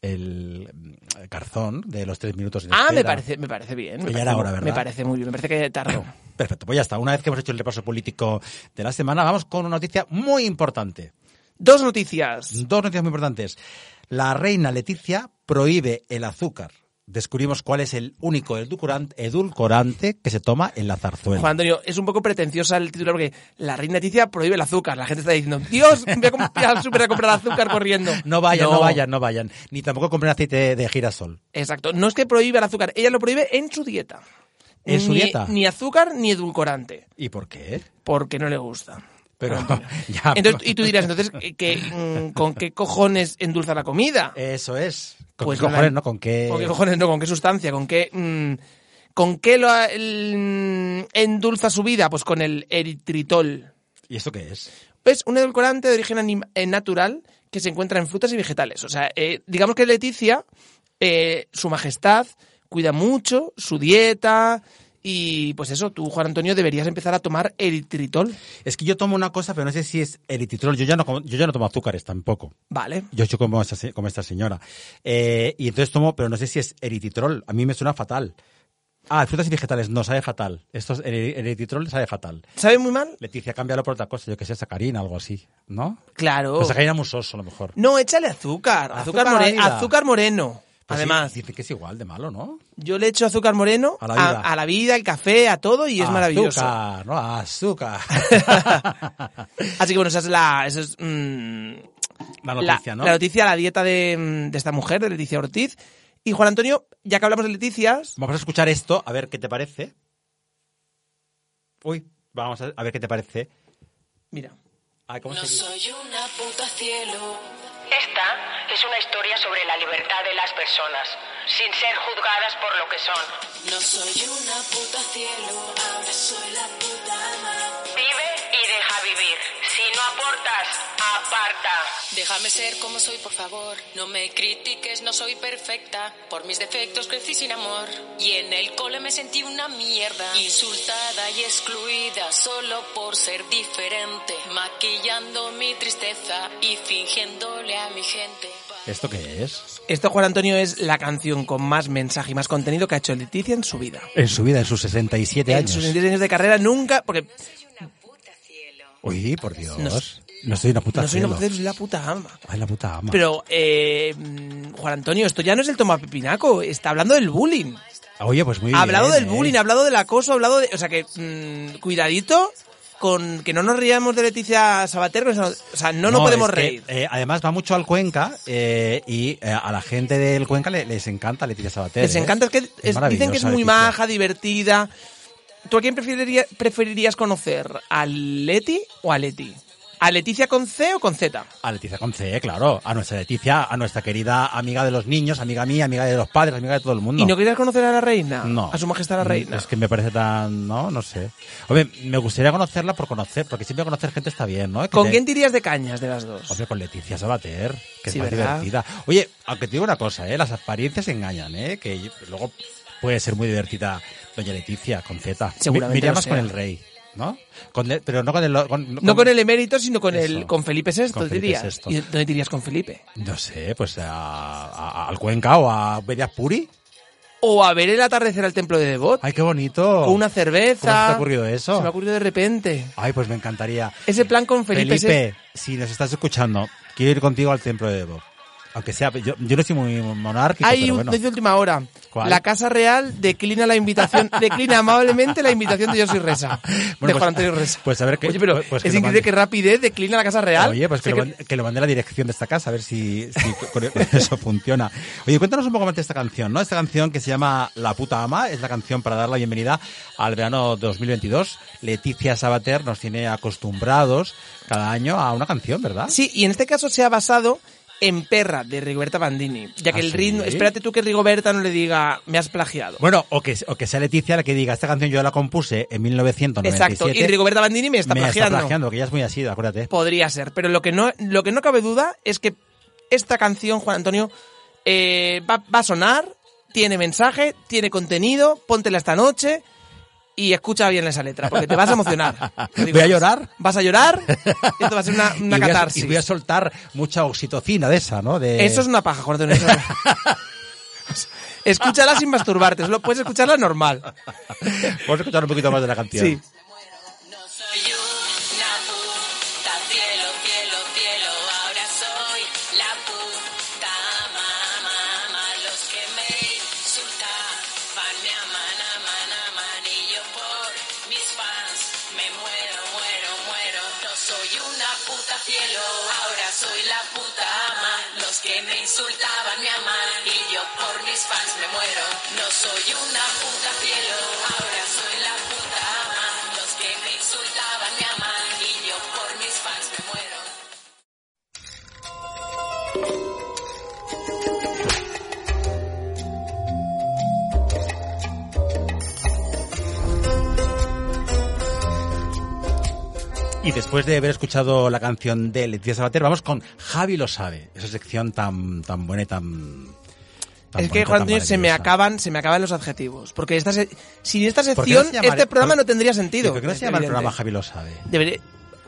Speaker 4: el, mm, Garzón de los tres minutos. de
Speaker 5: Ah, me
Speaker 4: espera.
Speaker 5: parece, me parece bien.
Speaker 4: Ya
Speaker 5: Me parece,
Speaker 4: era hora, ¿verdad?
Speaker 5: Me parece muy bien, me parece que tardó.
Speaker 4: Perfecto, pues ya está. Una vez que hemos hecho el repaso político de la semana, vamos con una noticia muy importante.
Speaker 5: Dos noticias.
Speaker 4: Dos noticias muy importantes. La reina Leticia prohíbe el azúcar. Descubrimos cuál es el único edulcoran- edulcorante que se toma en la zarzuela.
Speaker 5: Juan Antonio, es un poco pretenciosa el titular porque la reina Leticia prohíbe el azúcar. La gente está diciendo, Dios, me voy a com- voy al súper a comprar azúcar corriendo.
Speaker 4: No vayan, no. vayan, no vayan. Ni tampoco compren aceite de girasol.
Speaker 5: Exacto. No es que prohíbe el azúcar, ella lo prohíbe en su dieta.
Speaker 4: ¿En su
Speaker 5: Ni-
Speaker 4: dieta?
Speaker 5: Ni azúcar ni edulcorante,
Speaker 4: ¿Y por qué?
Speaker 5: porque no le gusta.
Speaker 4: Pero
Speaker 5: Juan Antonio.
Speaker 4: ya-
Speaker 5: Entonces, y tú dirás, entonces, ¿qué- qué, mm, ¿con qué cojones endulza la comida?
Speaker 4: Eso es. ¿Con
Speaker 5: Pues
Speaker 4: qué cojones,
Speaker 5: con la-
Speaker 4: no? ¿Con qué?
Speaker 5: ¿Con qué cojones no? ¿Con qué sustancia? ¿Con qué, mm, ¿con qué lo, el- mm, endulza su vida? Pues con el eritritol.
Speaker 4: ¿Y esto qué es?
Speaker 5: Es un edulcorante de origen anim- eh, natural que se encuentra en frutas y vegetales. O sea, eh, digamos que Leticia, eh, su majestad, cuida mucho su dieta y pues eso, tú, Juan Antonio, deberías empezar a tomar eritritol.
Speaker 4: Es que yo tomo una cosa, pero no sé si es erititrol. Yo ya no, como- yo ya no tomo azúcares tampoco.
Speaker 5: Vale.
Speaker 4: Yo soy como esta, se- como esta señora. Eh, y entonces tomo, pero no sé si es erititrol. A mí me suena fatal. Ah, frutas y vegetales, no, sabe fatal. Esto es, el el erititrol sabe fatal.
Speaker 5: ¿Sabe muy mal?
Speaker 4: Leticia, cámbialo por otra cosa, yo que sé, sacarina, algo así, ¿no?
Speaker 5: Claro.
Speaker 4: O sacarina musoso, a lo mejor.
Speaker 5: No, échale azúcar. Azúcar,
Speaker 4: Azúcar
Speaker 5: more-
Speaker 4: añadida.
Speaker 5: azúcar moreno.
Speaker 4: Pues sí,
Speaker 5: Además.
Speaker 4: dice que es igual de malo, ¿no?
Speaker 5: Yo le echo azúcar moreno
Speaker 4: A la
Speaker 5: a,
Speaker 4: vida.
Speaker 5: a la vida, al café, a todo y es maravilloso.
Speaker 4: Azúcar, ¿no? Azúcar.
Speaker 5: Así que bueno, esa es la, esa es, mm,
Speaker 4: La noticia,
Speaker 5: la,
Speaker 4: ¿no?
Speaker 5: la noticia, la dieta de, mm, de esta mujer, de Leticia Ortiz. Y Juan Antonio, ya que hablamos de Leticias,
Speaker 4: Vamos a escuchar esto, a ver qué te parece. Uy, vamos a, a ver qué te parece.
Speaker 5: mira,
Speaker 4: Ah, ¿cómo
Speaker 1: No
Speaker 4: se dice?
Speaker 1: soy una puta cielo.
Speaker 6: Esta es una historia sobre la libertad de las personas, sin ser juzgadas por lo que son.
Speaker 1: No soy una puta cielo. Ahora soy la puta madre.
Speaker 6: Vive y deja vivir. Si no aportas, aparta.
Speaker 1: Déjame ser como soy, por favor. No me critiques, no soy perfecta. Por mis defectos crecí sin amor. Y en el cole me sentí una mierda. Insultada y excluida solo por ser diferente. Maquillando mi tristeza y fingiéndole a mi gente.
Speaker 4: ¿Esto qué es?
Speaker 5: Esto, Juan Antonio, es la canción con más mensaje y más contenido que ha hecho Leticia en su vida.
Speaker 4: En su vida, en sus 67
Speaker 5: En
Speaker 4: años.
Speaker 5: sus 16 años de carrera nunca... Porque
Speaker 4: Uy, por Dios.
Speaker 5: No
Speaker 4: No,
Speaker 5: s-
Speaker 4: soy una puta
Speaker 5: no soy una
Speaker 4: cielo.
Speaker 5: puta, soy la puta ama.
Speaker 4: Ay, la puta ama.
Speaker 5: Pero, eh, mm, Juan Antonio, esto ya no es el toma pepinaco, está hablando del bullying.
Speaker 4: Oye, pues muy
Speaker 5: ha hablado
Speaker 4: bien,
Speaker 5: del
Speaker 4: ¿eh?
Speaker 5: bullying, ha hablado del acoso, ha hablado de... O sea que, mm, cuidadito con que no nos riamos de Leticia Sabater, o sea, o sea, no nos podemos
Speaker 4: es que,
Speaker 5: reír.
Speaker 4: eh, además va mucho al Cuenca eh, y eh, a la gente del Cuenca le- les encanta Leticia Sabater.
Speaker 5: Les
Speaker 4: ¿eh?
Speaker 5: encanta, es que es- dicen que es
Speaker 4: maravillosa,
Speaker 5: muy
Speaker 4: Leticia.
Speaker 5: maja, divertida. ¿Tú a quién preferiría- preferirías conocer? ¿A Leti o a Leti? ¿A Leticia con C o con Z?
Speaker 4: A Leticia con C, claro. A nuestra Leticia, a nuestra querida amiga de los niños, amiga mía, amiga de los padres, amiga de todo el mundo.
Speaker 5: ¿Y no querías conocer a la reina?
Speaker 4: No. Mm,
Speaker 5: A su majestad la reina.
Speaker 4: Es que me parece tan... No, no sé. Hombre, me gustaría conocerla por conocer, porque siempre conocer gente está bien, ¿no? Que
Speaker 5: ¿Con
Speaker 4: te-
Speaker 5: quién te irías de cañas de las dos?
Speaker 4: Hombre, con Leticia Sabater, que es
Speaker 5: Sí,
Speaker 4: más
Speaker 5: ¿verdad?
Speaker 4: divertida. Oye, aunque te digo una cosa, ¿eh? Las apariencias engañan, ¿eh? Que yo- luego puede ser muy divertida Doña Leticia con Z.
Speaker 5: Seguramente
Speaker 4: Me iría
Speaker 5: lo
Speaker 4: más
Speaker 5: sea.
Speaker 4: con el rey, ¿no? Con le- pero no con el...
Speaker 5: No con el emérito, sino con
Speaker 4: Eso.
Speaker 5: el con Felipe VI,
Speaker 4: Con
Speaker 5: te
Speaker 4: Felipe
Speaker 5: dirías.
Speaker 4: VI.
Speaker 5: ¿Y dónde te irías con Felipe?
Speaker 4: No sé, pues a, a- al Cuenca o a Bedias Puri.
Speaker 5: O a ver el atardecer al templo de Devot.
Speaker 4: Ay, qué bonito.
Speaker 5: o una cerveza.
Speaker 4: ¿Cómo se te ha ocurrido eso?
Speaker 5: Se me ha ocurrido de repente.
Speaker 4: Ay, pues me encantaría.
Speaker 5: Ese plan con Felipe,
Speaker 4: Felipe,
Speaker 5: VI.
Speaker 4: si nos estás escuchando, quiero ir contigo al templo de Evo. Aunque sea, yo, yo no soy muy monárquico,
Speaker 5: Hay
Speaker 4: pero
Speaker 5: un
Speaker 4: bueno.
Speaker 5: de última hora.
Speaker 4: ¿Cuál?
Speaker 5: La Casa Real declina la invitación, declina amablemente la invitación de Yo soy Reza. de
Speaker 4: Bueno, pues-
Speaker 5: Juan Antonio Reza.
Speaker 4: pues a ver qué-
Speaker 5: Oye, pero
Speaker 4: pues que
Speaker 5: es
Speaker 4: lo
Speaker 5: increíble
Speaker 4: mande.
Speaker 5: que rapidez declina la Casa Real.
Speaker 4: Oye, pues que,
Speaker 5: Sé
Speaker 4: lo, mande- que lo mande la dirección de esta casa, a ver si, si con- con eso funciona. Oye, cuéntanos un poco más de esta canción, ¿no? Esta canción que se llama La puta ama, es la canción para dar la bienvenida al verano 2022. Leticia Sabater nos tiene acostumbrados cada año a una canción, ¿verdad?
Speaker 5: Sí, y en este caso se ha basado en Perra, de Rigoberta Bandini. Ya que
Speaker 4: ¿Ah,
Speaker 5: el
Speaker 4: sí?
Speaker 5: ritmo... Espérate tú que Rigoberta no le diga, me has plagiado.
Speaker 4: Bueno, o que, o que sea Leticia la que diga, esta canción yo la compuse en 1997.
Speaker 5: Exacto, y Rigoberta Bandini me está
Speaker 4: me
Speaker 5: plagiando. Pues
Speaker 4: está plagiando, que ya es muy así, acuérdate.
Speaker 5: Podría ser, pero lo que no, lo que no cabe duda es que esta canción, Juan Antonio, eh, va, va a sonar, tiene mensaje, tiene contenido, póntela esta noche y escucha bien esa letra, porque te vas a emocionar. Te digo,
Speaker 4: Voy a llorar.
Speaker 5: Vas a llorar, esto va a ser una, una
Speaker 4: y voy a-
Speaker 5: catarsis.
Speaker 4: y voy a eh, soltar mucha oxitocina de esa, ¿no? De...
Speaker 5: Eso es una paja, Juan Antonio. eso no. Escúchala sin masturbarte, solo puedes escucharla normal.
Speaker 4: Vamos a escuchar un poquito más de la canción.
Speaker 5: Sí.
Speaker 1: No soy una puta cielo, cielo, cielo, ahora soy la puta mamá, mamá. Los que me insultaban me aman, aman, aman y yo por mis fans me muero, muero, muero. No soy una puta cielo, ahora soy la puta ama. Los que me insultaban me aman y yo por mis fans me muero. No soy una puta cielo, ahora soy la puta ama. Los que me insultaban me aman y yo por mis fans me muero.
Speaker 4: Y después de haber escuchado la canción de Leticia Sabater, vamos con Javi lo sabe. Esa sección tan, tan buena y tan... tan
Speaker 5: es que,
Speaker 4: bonita,
Speaker 5: Juan
Speaker 4: tan
Speaker 5: Antonio, se me,
Speaker 4: maravillosa.
Speaker 5: acaban, se me acaban los adjetivos. Porque esta se- sin esta
Speaker 4: ¿Por qué no
Speaker 5: sección,
Speaker 4: se llama-
Speaker 5: este programa
Speaker 4: por-
Speaker 5: no tendría
Speaker 4: Sí,
Speaker 5: sentido.
Speaker 4: ¿Por qué no se llama el
Speaker 5: Evidente.
Speaker 4: programa Javi lo sabe?
Speaker 5: Debería-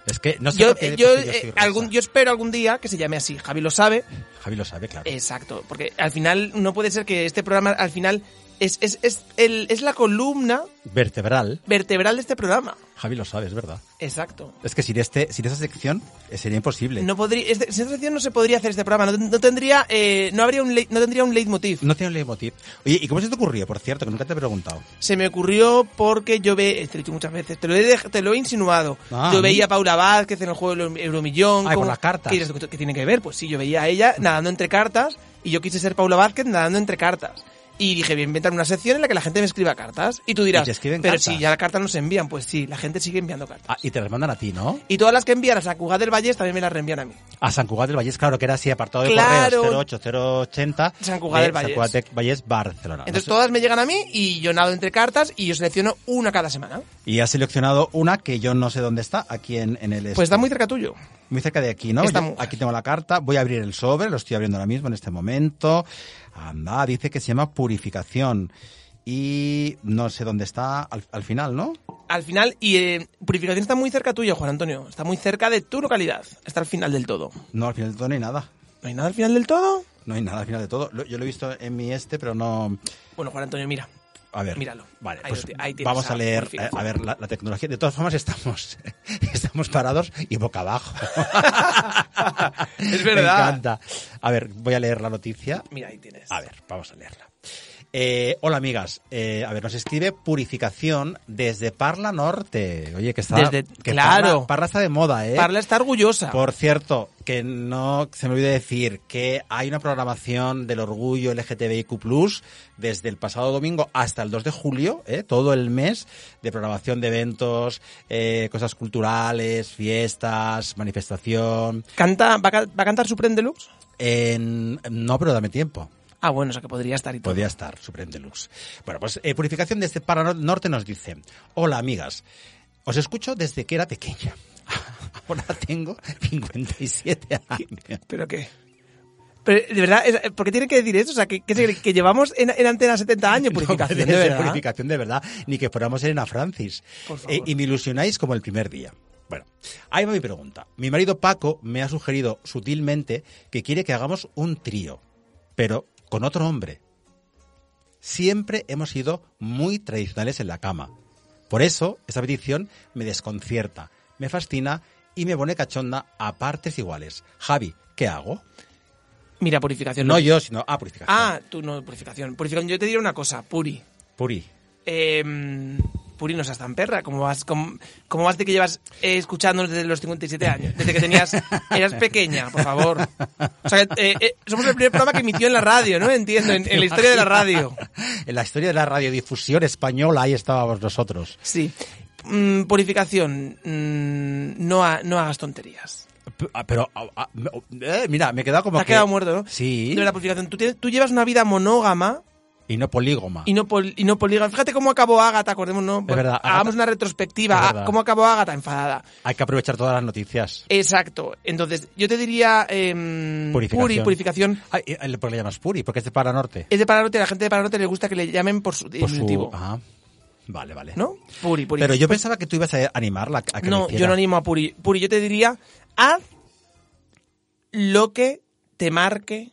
Speaker 4: Es que no sé
Speaker 5: yo,
Speaker 4: por qué,
Speaker 5: yo,
Speaker 4: porque yo
Speaker 5: eh,
Speaker 4: soy rosa.
Speaker 5: algún, yo espero algún día que se llame así. Javi lo sabe.
Speaker 4: Javi lo sabe,
Speaker 5: Eh.
Speaker 4: claro.
Speaker 5: Exacto. Porque al final no puede ser que este programa al final es, es, es, el, es la columna
Speaker 4: Vertebral.
Speaker 5: vertebral de este programa.
Speaker 4: Javi lo sabe, es verdad.
Speaker 5: Exacto.
Speaker 4: Es que sin, este, sin esa sección eh, sería imposible.
Speaker 5: No podría, este- sin esta sección no se podría hacer este programa. No, no tendría, eh, no habría un, lei- no tendría un leitmotiv.
Speaker 4: No tiene un leitmotiv. Oye, ¿y cómo se te ocurrió, por cierto? Que nunca te he preguntado.
Speaker 5: Se me ocurrió porque yo ve, eh, te lo he dicho muchas veces, te lo he, dej- te lo he insinuado.
Speaker 4: Ah,
Speaker 5: yo
Speaker 4: ¿a mí?
Speaker 5: veía a Paula Vázquez en el juego del Euromillón.
Speaker 4: Ah,
Speaker 5: como-
Speaker 4: con las cartas.
Speaker 5: ¿Qué, dices tú? ¿Qué tiene que ver? Pues sí, yo veía a ella nadando entre cartas y yo quise ser Paula Vázquez nadando entre cartas. Y dije, voy a inventar una sección en la que la gente me escriba cartas. Y tú dirás,
Speaker 4: ¿Y te escriben
Speaker 5: pero
Speaker 4: cartas?
Speaker 5: si ya las cartas no se envían, pues sí, la gente sigue enviando cartas.
Speaker 4: Ah, y te las mandan a ti, ¿no?
Speaker 5: Y todas las que envían a San Cugat del Valle también me las reenvían a mí.
Speaker 4: A San Cugat del Vallés, claro, que era así, apartado de
Speaker 5: Claro.
Speaker 4: correos 08080.
Speaker 5: San Cugat
Speaker 4: de
Speaker 5: del
Speaker 4: eh, San
Speaker 5: Vallés.
Speaker 4: Cugat del Vallés, Barcelona. No
Speaker 5: Entonces
Speaker 4: sé-
Speaker 5: todas me llegan a mí y yo nado entre cartas y yo selecciono una cada semana.
Speaker 4: Y has seleccionado una que yo no sé dónde está, aquí en, en el...
Speaker 5: Pues
Speaker 4: este.
Speaker 5: está muy cerca tuyo.
Speaker 4: Muy cerca de aquí, ¿no?
Speaker 5: Está
Speaker 4: Yo-
Speaker 5: muy-
Speaker 4: Aquí tengo la carta. Voy a abrir el sobre, lo estoy abriendo ahora mismo en este momento. Anda, dice que se llama purificación. Y no sé dónde está al, al final, ¿no?
Speaker 5: Al final, y eh, Purificación está muy cerca tuyo, Juan Antonio. Está muy cerca de tu localidad. Está al final del todo.
Speaker 4: No, al final de todo no hay nada.
Speaker 5: ¿No hay nada al final del todo?
Speaker 4: No hay nada al final de todo. Lo- yo lo he visto en mi este, pero no...
Speaker 5: Bueno, Juan Antonio, mira.
Speaker 4: A ver,
Speaker 5: Míralo.
Speaker 4: Vale,
Speaker 5: Ahí
Speaker 4: pues
Speaker 5: lo ti- ahí tienes
Speaker 4: vamos a
Speaker 5: la
Speaker 4: leer eh,
Speaker 5: purificación.
Speaker 4: a ver la, la tecnología. De todas formas estamos estamos parados y boca abajo.
Speaker 5: Es verdad.
Speaker 4: Me encanta. A ver, voy a leer la noticia.
Speaker 5: Mira, ahí tienes.
Speaker 4: A ver, vamos a leerla. Eh, hola amigas, Eh, a ver, nos escribe Purificación desde Parla Norte. Oye, que está...
Speaker 5: Desde-
Speaker 4: que
Speaker 5: claro.
Speaker 4: Parla, Parla está de moda, ¿eh?
Speaker 5: Parla está orgullosa.
Speaker 4: Por cierto, que no se me olvide decir que hay una programación del orgullo LGTBIQ+, desde el pasado domingo hasta el 2 de julio, ¿eh? todo el mes, de programación de eventos, eh, cosas culturales, fiestas, manifestación...
Speaker 5: Canta, va, a, ca- va a cantar Supreme Deluxe?
Speaker 4: En... No, pero dame tiempo.
Speaker 5: Ah, bueno, o sea que podría estar y todo.
Speaker 4: Podría estar, Supreme Deluxe. Bueno, pues eh, Purificación desde Paranorte Norte nos dice, hola amigas, os escucho desde que era pequeña. Ahora tengo 57 años.
Speaker 5: ¿Pero qué? Pero, eh, de verdad, es- ¿por qué tiene que decir eso? O sea, que, que, que llevamos en, en antena 70 años purificación,
Speaker 4: No
Speaker 5: de
Speaker 4: puede ser
Speaker 5: verdad.
Speaker 4: purificación de verdad, ni que fuéramos Elena Francis.
Speaker 5: Por favor.
Speaker 4: Eh, y me ilusionáis como el primer día. Bueno, ahí va mi pregunta. Mi marido Paco me ha sugerido sutilmente que quiere que hagamos un trío, pero con otro hombre. Siempre hemos sido muy tradicionales en la cama. Por eso, esta petición me desconcierta, me fascina y me pone cachonda a partes iguales. Javi, ¿qué hago?
Speaker 5: Mira, purificación.
Speaker 4: No yo, sino... Ah, purificación.
Speaker 5: Eh, Ah, tú no, purificación. Purificación, yo te diré una cosa, Puri.
Speaker 4: Puri.
Speaker 5: Eh, Puri, no seas tan perra. ¿Cómo vas, cómo, cómo vas de que llevas eh, escuchándonos desde los 57 años? Desde que tenías. Eras pequeña, por favor. O sea, eh, eh, somos el primer programa que emitió en la radio, ¿no? Entiendo, en, en la historia de la radio.
Speaker 4: En la historia de la radiodifusión española, ahí estábamos nosotros.
Speaker 5: Sí. Mm, purificación, mm, no, ha- no hagas tonterías.
Speaker 4: P- ah, Pero, ah, ah, eh, mira, me he quedado como
Speaker 5: Te has
Speaker 4: que-
Speaker 5: quedado muerto, ¿no?
Speaker 4: Sí,
Speaker 5: De la purificación. Tú, tienes- tú llevas una vida monógama
Speaker 4: y no polígoma.
Speaker 5: y no, pol- y no polígama. Fíjate cómo acabó Ágata, acordémonos.
Speaker 4: Es verdad, Ágata-
Speaker 5: Hagamos una
Speaker 4: Es
Speaker 5: retrospectiva.
Speaker 4: verdad.
Speaker 5: ah, ¿Cómo acabó Ágata? Enfadada.
Speaker 4: Hay que aprovechar todas las noticias.
Speaker 5: Exacto. Entonces, yo te diría em,
Speaker 4: Purificación.
Speaker 5: Puri, purificación.
Speaker 4: Ay, eh, ¿Por qué le llamas Puri? Porque es de Paranorte.
Speaker 5: Es de Paranorte, a la gente de Paranorte le gusta que le llamen por su
Speaker 4: Por su-
Speaker 5: diminutivo.
Speaker 4: ah, vale, vale.
Speaker 5: ¿No? Puri, Puri.
Speaker 4: Pero yo pensaba que tú ibas a animarla a que lo
Speaker 5: no,
Speaker 4: hiciera.
Speaker 5: yo no animo a Puri. Puri, yo te diría, haz lo que te marque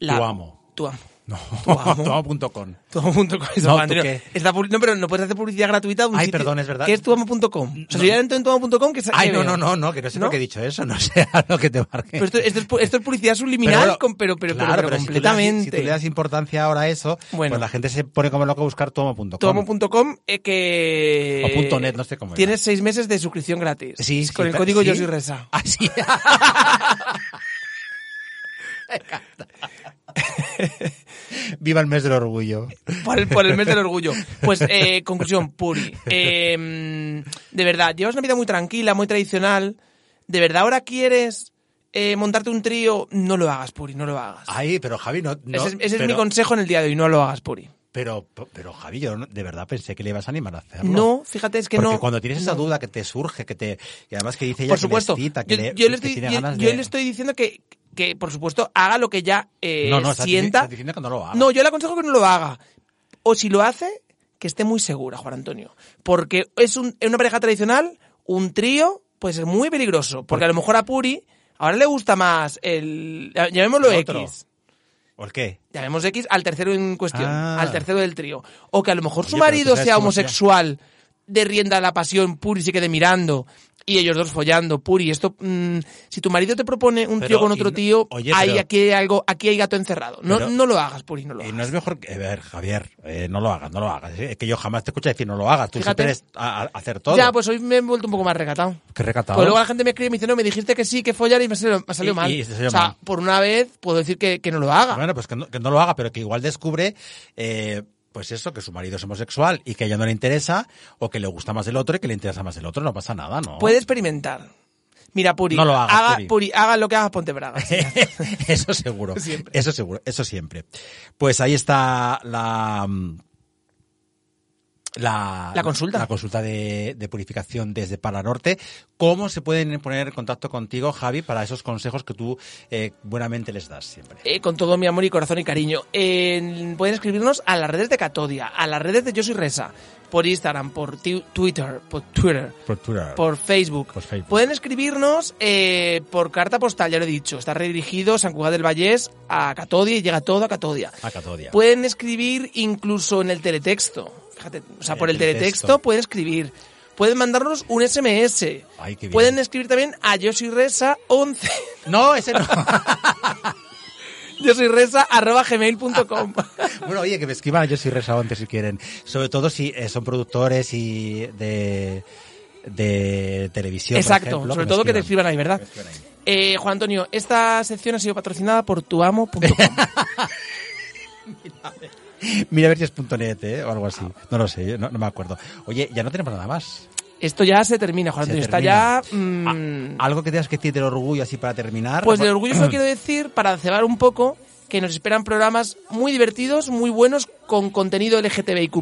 Speaker 5: la...
Speaker 4: Tu amo.
Speaker 5: Tu amo.
Speaker 4: No,
Speaker 5: Tu amo.
Speaker 4: tuamo.com.
Speaker 5: Tuamo.com.
Speaker 4: No, ¿tú
Speaker 5: No,
Speaker 4: qué?
Speaker 5: no, pero no puedes hacer publicidad gratuita. de un
Speaker 4: Ay,
Speaker 5: sitio
Speaker 4: perdón, es verdad.
Speaker 5: Que es tuamo.com. O sea,
Speaker 4: No.
Speaker 5: si yo entro en tuamo.com, que es-
Speaker 4: Ay,
Speaker 5: que
Speaker 4: no, no,
Speaker 5: veo.
Speaker 4: no, no, que no sé
Speaker 5: ¿No?
Speaker 4: por qué he dicho eso, no sé a lo que te marque.
Speaker 5: Pero esto, esto es, pu- esto es publicidad subliminal,
Speaker 4: bueno,
Speaker 5: con- pero, pero, pero-
Speaker 4: claro,
Speaker 5: pero,
Speaker 4: si tú le das-
Speaker 5: completamente.
Speaker 4: Si tú, le das importancia ahora a eso,
Speaker 5: Bueno.
Speaker 4: pues la gente se pone como loco a buscar tuamo.com.
Speaker 5: Tomo.com eh, que...
Speaker 4: O punto net, no sé cómo era.
Speaker 5: Tienes seis meses de suscripción gratis.
Speaker 4: Sí, sí,
Speaker 5: Con el
Speaker 4: pero-
Speaker 5: código
Speaker 4: ¿sí?
Speaker 5: Yo soy Resa.
Speaker 4: Ah, sí. Viva el mes del orgullo.
Speaker 5: Por el, por el mes del orgullo. Pues, eh, conclusión, Puri. Eh, de verdad, llevas una vida muy tranquila, muy tradicional. ¿De verdad ahora quieres eh, montarte un trío? No lo hagas, Puri, no lo hagas.
Speaker 4: Ay, pero Javi, no. Ah, no,
Speaker 5: ese es, ese es
Speaker 4: pero,
Speaker 5: mi consejo en el día de hoy, no lo hagas, Puri.
Speaker 4: Pero, pero, Javi, yo no- de verdad pensé que le ibas a animar a hacerlo.
Speaker 5: No, fíjate, es que
Speaker 4: Porque
Speaker 5: no.
Speaker 4: cuando tienes esa
Speaker 5: no.
Speaker 4: duda que te surge, que te. Y además que dice ella
Speaker 5: Por
Speaker 4: que
Speaker 5: supuesto.
Speaker 4: le excita, que
Speaker 5: yo,
Speaker 4: le,
Speaker 5: yo le
Speaker 4: que
Speaker 5: estoy,
Speaker 4: tiene
Speaker 5: yo-
Speaker 4: ganas
Speaker 5: yo
Speaker 4: de-
Speaker 5: le estoy diciendo que, que, por supuesto, haga lo que ya eh,
Speaker 4: No, no, estás dici-
Speaker 5: sienta.
Speaker 4: estás diciendo que no lo haga.
Speaker 5: No, yo le aconsejo que no lo haga. O si lo hace, que esté muy segura, Juan Antonio. Porque es un- en una pareja tradicional, un trío puede ser muy peligroso. Porque a lo mejor a Puri ahora le gusta más el. llamémoslo
Speaker 4: El otro.
Speaker 5: X.
Speaker 4: ¿Por qué?
Speaker 5: Llamemos X al tercero en cuestión,
Speaker 4: Ah.
Speaker 5: al tercero del trío. O que a lo mejor su
Speaker 4: Oye, pero tú
Speaker 5: marido
Speaker 4: sabes
Speaker 5: sea
Speaker 4: cómo sea.
Speaker 5: homosexual, de rienda a la pasión, Puri se quede mirando y ellos dos follando, Puri, esto, mm, si tu marido te propone un
Speaker 4: Pero,
Speaker 5: tío con otro
Speaker 4: y no-
Speaker 5: tío,
Speaker 4: oye,
Speaker 5: hay
Speaker 4: pero-
Speaker 5: aquí hay algo, aquí hay gato encerrado. No,
Speaker 4: Pero-
Speaker 5: no lo hagas, Puri, no lo
Speaker 4: Y
Speaker 5: hagas.
Speaker 4: Eh, no es mejor que. A ver, Javier, eh, no lo hagas, no lo hagas. Es que yo jamás te escuché decir no lo hagas. Tú
Speaker 5: Fíjate.
Speaker 4: siempre eres a, a- hacer todo.
Speaker 5: Ya, pues hoy me he vuelto un poco más recatado.
Speaker 4: Qué recatado.
Speaker 5: Pues luego la gente me escribe y me dice, no, me dijiste que sí, que follar y me salió, me salió
Speaker 4: Y-
Speaker 5: mal.
Speaker 4: y te salió
Speaker 5: o sea,
Speaker 4: mal.
Speaker 5: por una vez puedo decir que, que no lo haga.
Speaker 4: Bueno, pues que no, que no lo haga, pero que igual descubre, eh, pues eso, que su marido es homosexual y que a ella no le interesa, o que le gusta más el otro y que le interesa más el otro, no pasa nada, ¿no?
Speaker 5: Puede experimentar. Mira, Puri,
Speaker 4: No lo hagas,
Speaker 5: haga,
Speaker 4: Puri.
Speaker 5: Puri, haga lo que hagas, ponte bragas.
Speaker 4: eso seguro.
Speaker 5: Siempre.
Speaker 4: Eso seguro, eso siempre. Pues ahí está la. mm, La,
Speaker 5: La consulta.
Speaker 4: La consulta de, de purificación desde Paranorte. ¿Cómo se pueden poner en contacto contigo, Javi, para esos consejos que tú eh, buenamente les das siempre?
Speaker 5: Eh, con todo mi amor y corazón y cariño. En- pueden escribirnos a las redes de Catodia, a las redes de Yo Soy Resa, por Instagram, por ti- Twitter, por Twitter,
Speaker 4: Por Twitter.
Speaker 5: por Facebook.
Speaker 4: Por Facebook.
Speaker 5: Pueden escribirnos eh, por carta postal, ya lo he dicho. Está redirigido San Cugat del Vallés a Catodia y llega todo a Catodia.
Speaker 4: A Catodia.
Speaker 5: Pueden escribir incluso en el teletexto. Fíjate, o sea,
Speaker 4: El
Speaker 5: por el
Speaker 4: teletexto.
Speaker 5: teletexto, pueden escribir. Pueden mandarnos un SMS.
Speaker 4: Ay, qué bien.
Speaker 5: Pueden escribir también a yo soy resa 11.
Speaker 4: No, ese no.
Speaker 5: yo soy resa arroba
Speaker 4: Ah,
Speaker 5: gmail.com.
Speaker 4: Bueno, oye, que me escriban a Yo soy Resa antes si quieren. Sobre todo si eh, son productores y de, de televisión. por
Speaker 5: Exacto,
Speaker 4: ejemplo,
Speaker 5: sobre
Speaker 4: me
Speaker 5: todo que te escriban ahí, ¿verdad? Eh, Juan Antonio, esta sección ha sido patrocinada por tuamo.com.
Speaker 4: Mira a ver si es punto .net ¿eh? o algo así. No lo sé, yo no, no me acuerdo. Oye, ya no tenemos nada más.
Speaker 5: Esto ya se termina, Juan
Speaker 4: Se
Speaker 5: Antonio. Está
Speaker 4: termina. Ah,
Speaker 5: ya. mm,
Speaker 4: ¿Algo que tengas que decir del orgullo así para terminar?
Speaker 5: Pues del orgullo
Speaker 4: ah.
Speaker 5: solo quiero decir, para cebar un poco, que nos esperan programas muy divertidos, muy buenos, con contenido LGTBIQ+,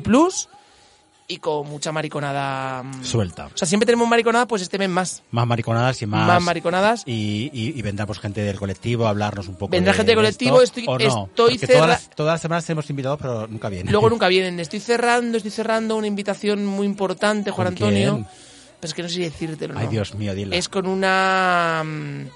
Speaker 5: y con mucha mariconada... mm.
Speaker 4: Suelta.
Speaker 5: O sea, siempre tenemos mariconada, pues este mes más.
Speaker 4: Más mariconadas y más...
Speaker 5: Más, mariconadas.
Speaker 4: Y, y, y vendrá pues gente del colectivo a hablarnos un poco
Speaker 5: Vendrá
Speaker 4: de
Speaker 5: gente del
Speaker 4: esto,
Speaker 5: colectivo, estoy-
Speaker 4: o no,
Speaker 5: estoy
Speaker 4: porque
Speaker 5: cerra-
Speaker 4: todas, las, todas las semanas tenemos invitados pero nunca vienen
Speaker 5: Luego nunca vienen. Estoy cerrando, estoy cerrando una invitación muy importante, Juan
Speaker 4: ¿Con
Speaker 5: Antonio.
Speaker 4: quién?
Speaker 5: Pero es que no sé si decírtelo.
Speaker 4: Ay,
Speaker 5: no.
Speaker 4: Dios mío, dilo.
Speaker 5: Es con una... mm,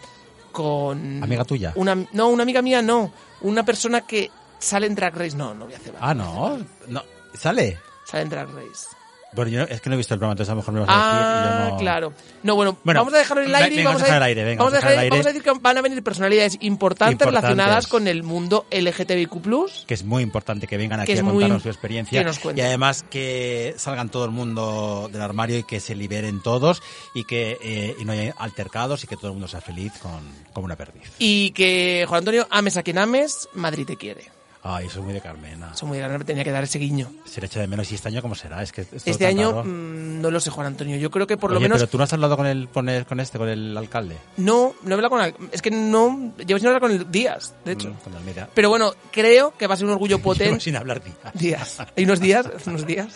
Speaker 5: Con...
Speaker 4: ¿Amiga tuya?
Speaker 5: Una, no, una amiga mía no. Una persona que sale en Drag Race. No, no voy a cebar.
Speaker 4: Ah, no. no. ¿Sale?
Speaker 5: Sale en Drag Race.
Speaker 4: Bueno, yo no- es que no he visto el programa, entonces a lo mejor me vas a decir. y
Speaker 5: Ah,
Speaker 4: yo no-
Speaker 5: claro. No, bueno,
Speaker 4: Bueno,
Speaker 5: vamos a dejarlo en el
Speaker 4: ve-
Speaker 5: aire. y
Speaker 4: venga,
Speaker 5: vamos,
Speaker 4: vamos a
Speaker 5: a,
Speaker 4: dejar el aire, venga,
Speaker 5: vamos
Speaker 4: vamos a
Speaker 5: a dejar
Speaker 4: dejar el
Speaker 5: vamos a decir que van a venir personalidades importantes,
Speaker 4: Importantes.
Speaker 5: relacionadas con el mundo LGTBIQ+.
Speaker 4: Que es muy importante que vengan aquí
Speaker 5: Que es
Speaker 4: a
Speaker 5: muy
Speaker 4: contarnos su
Speaker 5: im-
Speaker 4: experiencia.
Speaker 5: que nos
Speaker 4: y
Speaker 5: cuenten.
Speaker 4: además que salgan todo el mundo del armario y que se liberen todos y que eh, y no haya altercados y que todo el mundo sea feliz con, como una perdiz.
Speaker 5: Y que, Juan Antonio, ames a quien ames, Madrid te quiere.
Speaker 4: Ay, eso es muy de Carmena.
Speaker 5: Eso muy grande, tenía que dar ese guiño.
Speaker 4: Se le echa de menos. ¿Y este año cómo será? Es que es todo
Speaker 5: Este
Speaker 4: tan
Speaker 5: año
Speaker 4: raro.
Speaker 5: mm, no lo sé, Juan Antonio. Yo creo que por lo
Speaker 4: Oye,
Speaker 5: menos...
Speaker 4: Pero tú no has hablado con, el, con, el- con este, con el alcalde.
Speaker 5: No, no he hablado con... al- Es que no... Llevo sin hablar con el Díaz, de hecho.
Speaker 4: Mm, Con Almeida.
Speaker 5: Pero bueno, creo que va a ser un orgullo
Speaker 4: Llevo
Speaker 5: potente.
Speaker 4: sin hablar ni-
Speaker 5: días. Hay unos días, unos días.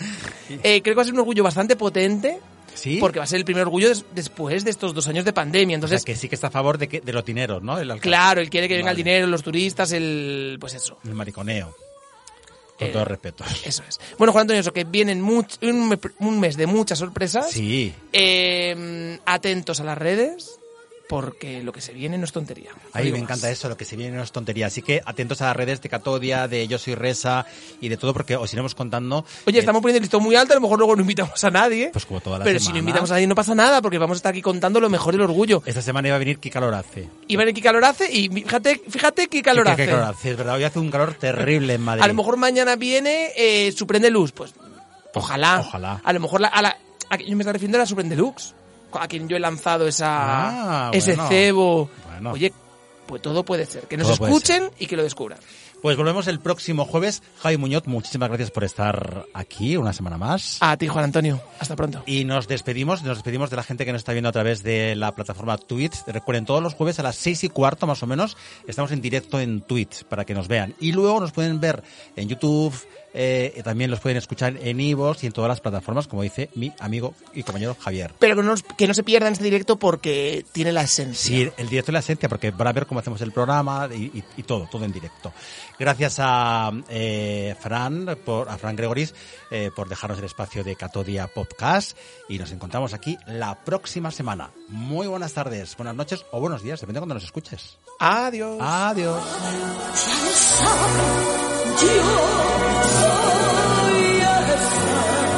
Speaker 5: Eh, creo que va a ser un orgullo bastante potente.
Speaker 4: ¿Sí?
Speaker 5: Porque va a ser el primer orgullo des- después de estos dos años de pandemia.
Speaker 4: O sea,
Speaker 5: Entonces,
Speaker 4: que sí que está a favor de, que, de los dineros, ¿no? El alcalde.
Speaker 5: claro, él quiere que venga el
Speaker 4: Vale.
Speaker 5: dinero, los turistas, el. Pues eso.
Speaker 4: El mariconeo. Con
Speaker 5: Eh,
Speaker 4: todos respetos.
Speaker 5: Eso es. Bueno, Juan Antonio, eso, que vienen much- un, me- un mes de muchas sorpresas.
Speaker 4: Sí.
Speaker 5: Eh, atentos a las redes, porque lo que se viene no es tontería. No
Speaker 4: A mí
Speaker 5: digo
Speaker 4: me
Speaker 5: más.
Speaker 4: encanta eso, lo que se viene no es tontería. Así que atentos a las redes de Catodia, de Yo Soy Resa y de todo, porque os iremos contando.
Speaker 5: Oye,
Speaker 4: eh,
Speaker 5: estamos poniendo el listón muy alto, a lo mejor luego no invitamos a nadie.
Speaker 4: Pues como todas las
Speaker 5: Pero si no
Speaker 4: semanas.
Speaker 5: invitamos a nadie no pasa nada, porque vamos a estar aquí contando lo mejor del orgullo.
Speaker 4: Esta semana iba a venir Kika Lorace.
Speaker 5: Iban aquí calor hace y fíjate, fíjate qué calor
Speaker 4: Kika- Kika
Speaker 5: hace.
Speaker 4: Lorace, es verdad. Hoy hace un calor terrible en Madrid.
Speaker 5: A lo mejor mañana viene eh, Suprende Luz. Pues ojalá.
Speaker 4: Ojalá.
Speaker 5: A lo mejor la, a la, a- yo me estoy refiriendo a la Suprende Lux, a quien yo he lanzado esa,
Speaker 4: Ah,
Speaker 5: ese
Speaker 4: bueno.
Speaker 5: cebo.
Speaker 4: Bueno.
Speaker 5: Oye, pues todo puede ser. Que nos
Speaker 4: Todo puede
Speaker 5: escuchen y que lo descubran.
Speaker 4: Pues volvemos el próximo jueves. Javi Muñoz, muchísimas gracias por estar aquí una semana más.
Speaker 5: A ti, Juan Antonio. Hasta pronto.
Speaker 4: Y nos despedimos, nos despedimos de la gente que nos está viendo a través de la plataforma Twitch. Recuerden, todos los jueves a las seis y cuarto más o menos estamos en directo en Twitch para que nos vean. Y luego nos pueden ver en YouTube, eh, y también los pueden escuchar en Ivos y en todas las plataformas, como dice mi amigo y compañero Javier.
Speaker 5: Pero que no, os- que no se pierdan este directo porque tiene la esencia.
Speaker 4: Sí, el directo es la esencia, porque van a ver cómo hacemos el programa y, y- y todo, todo en directo. Gracias a eh, Fran, por, a Fran Gregoris, eh, por dejarnos el espacio de Catodia Podcast y nos encontramos aquí la próxima semana. Muy buenas tardes, buenas noches o buenos días, depende de cuando nos escuches.
Speaker 5: Adiós.
Speaker 4: Adiós.
Speaker 2: Ya lo sabe, yo soy esa.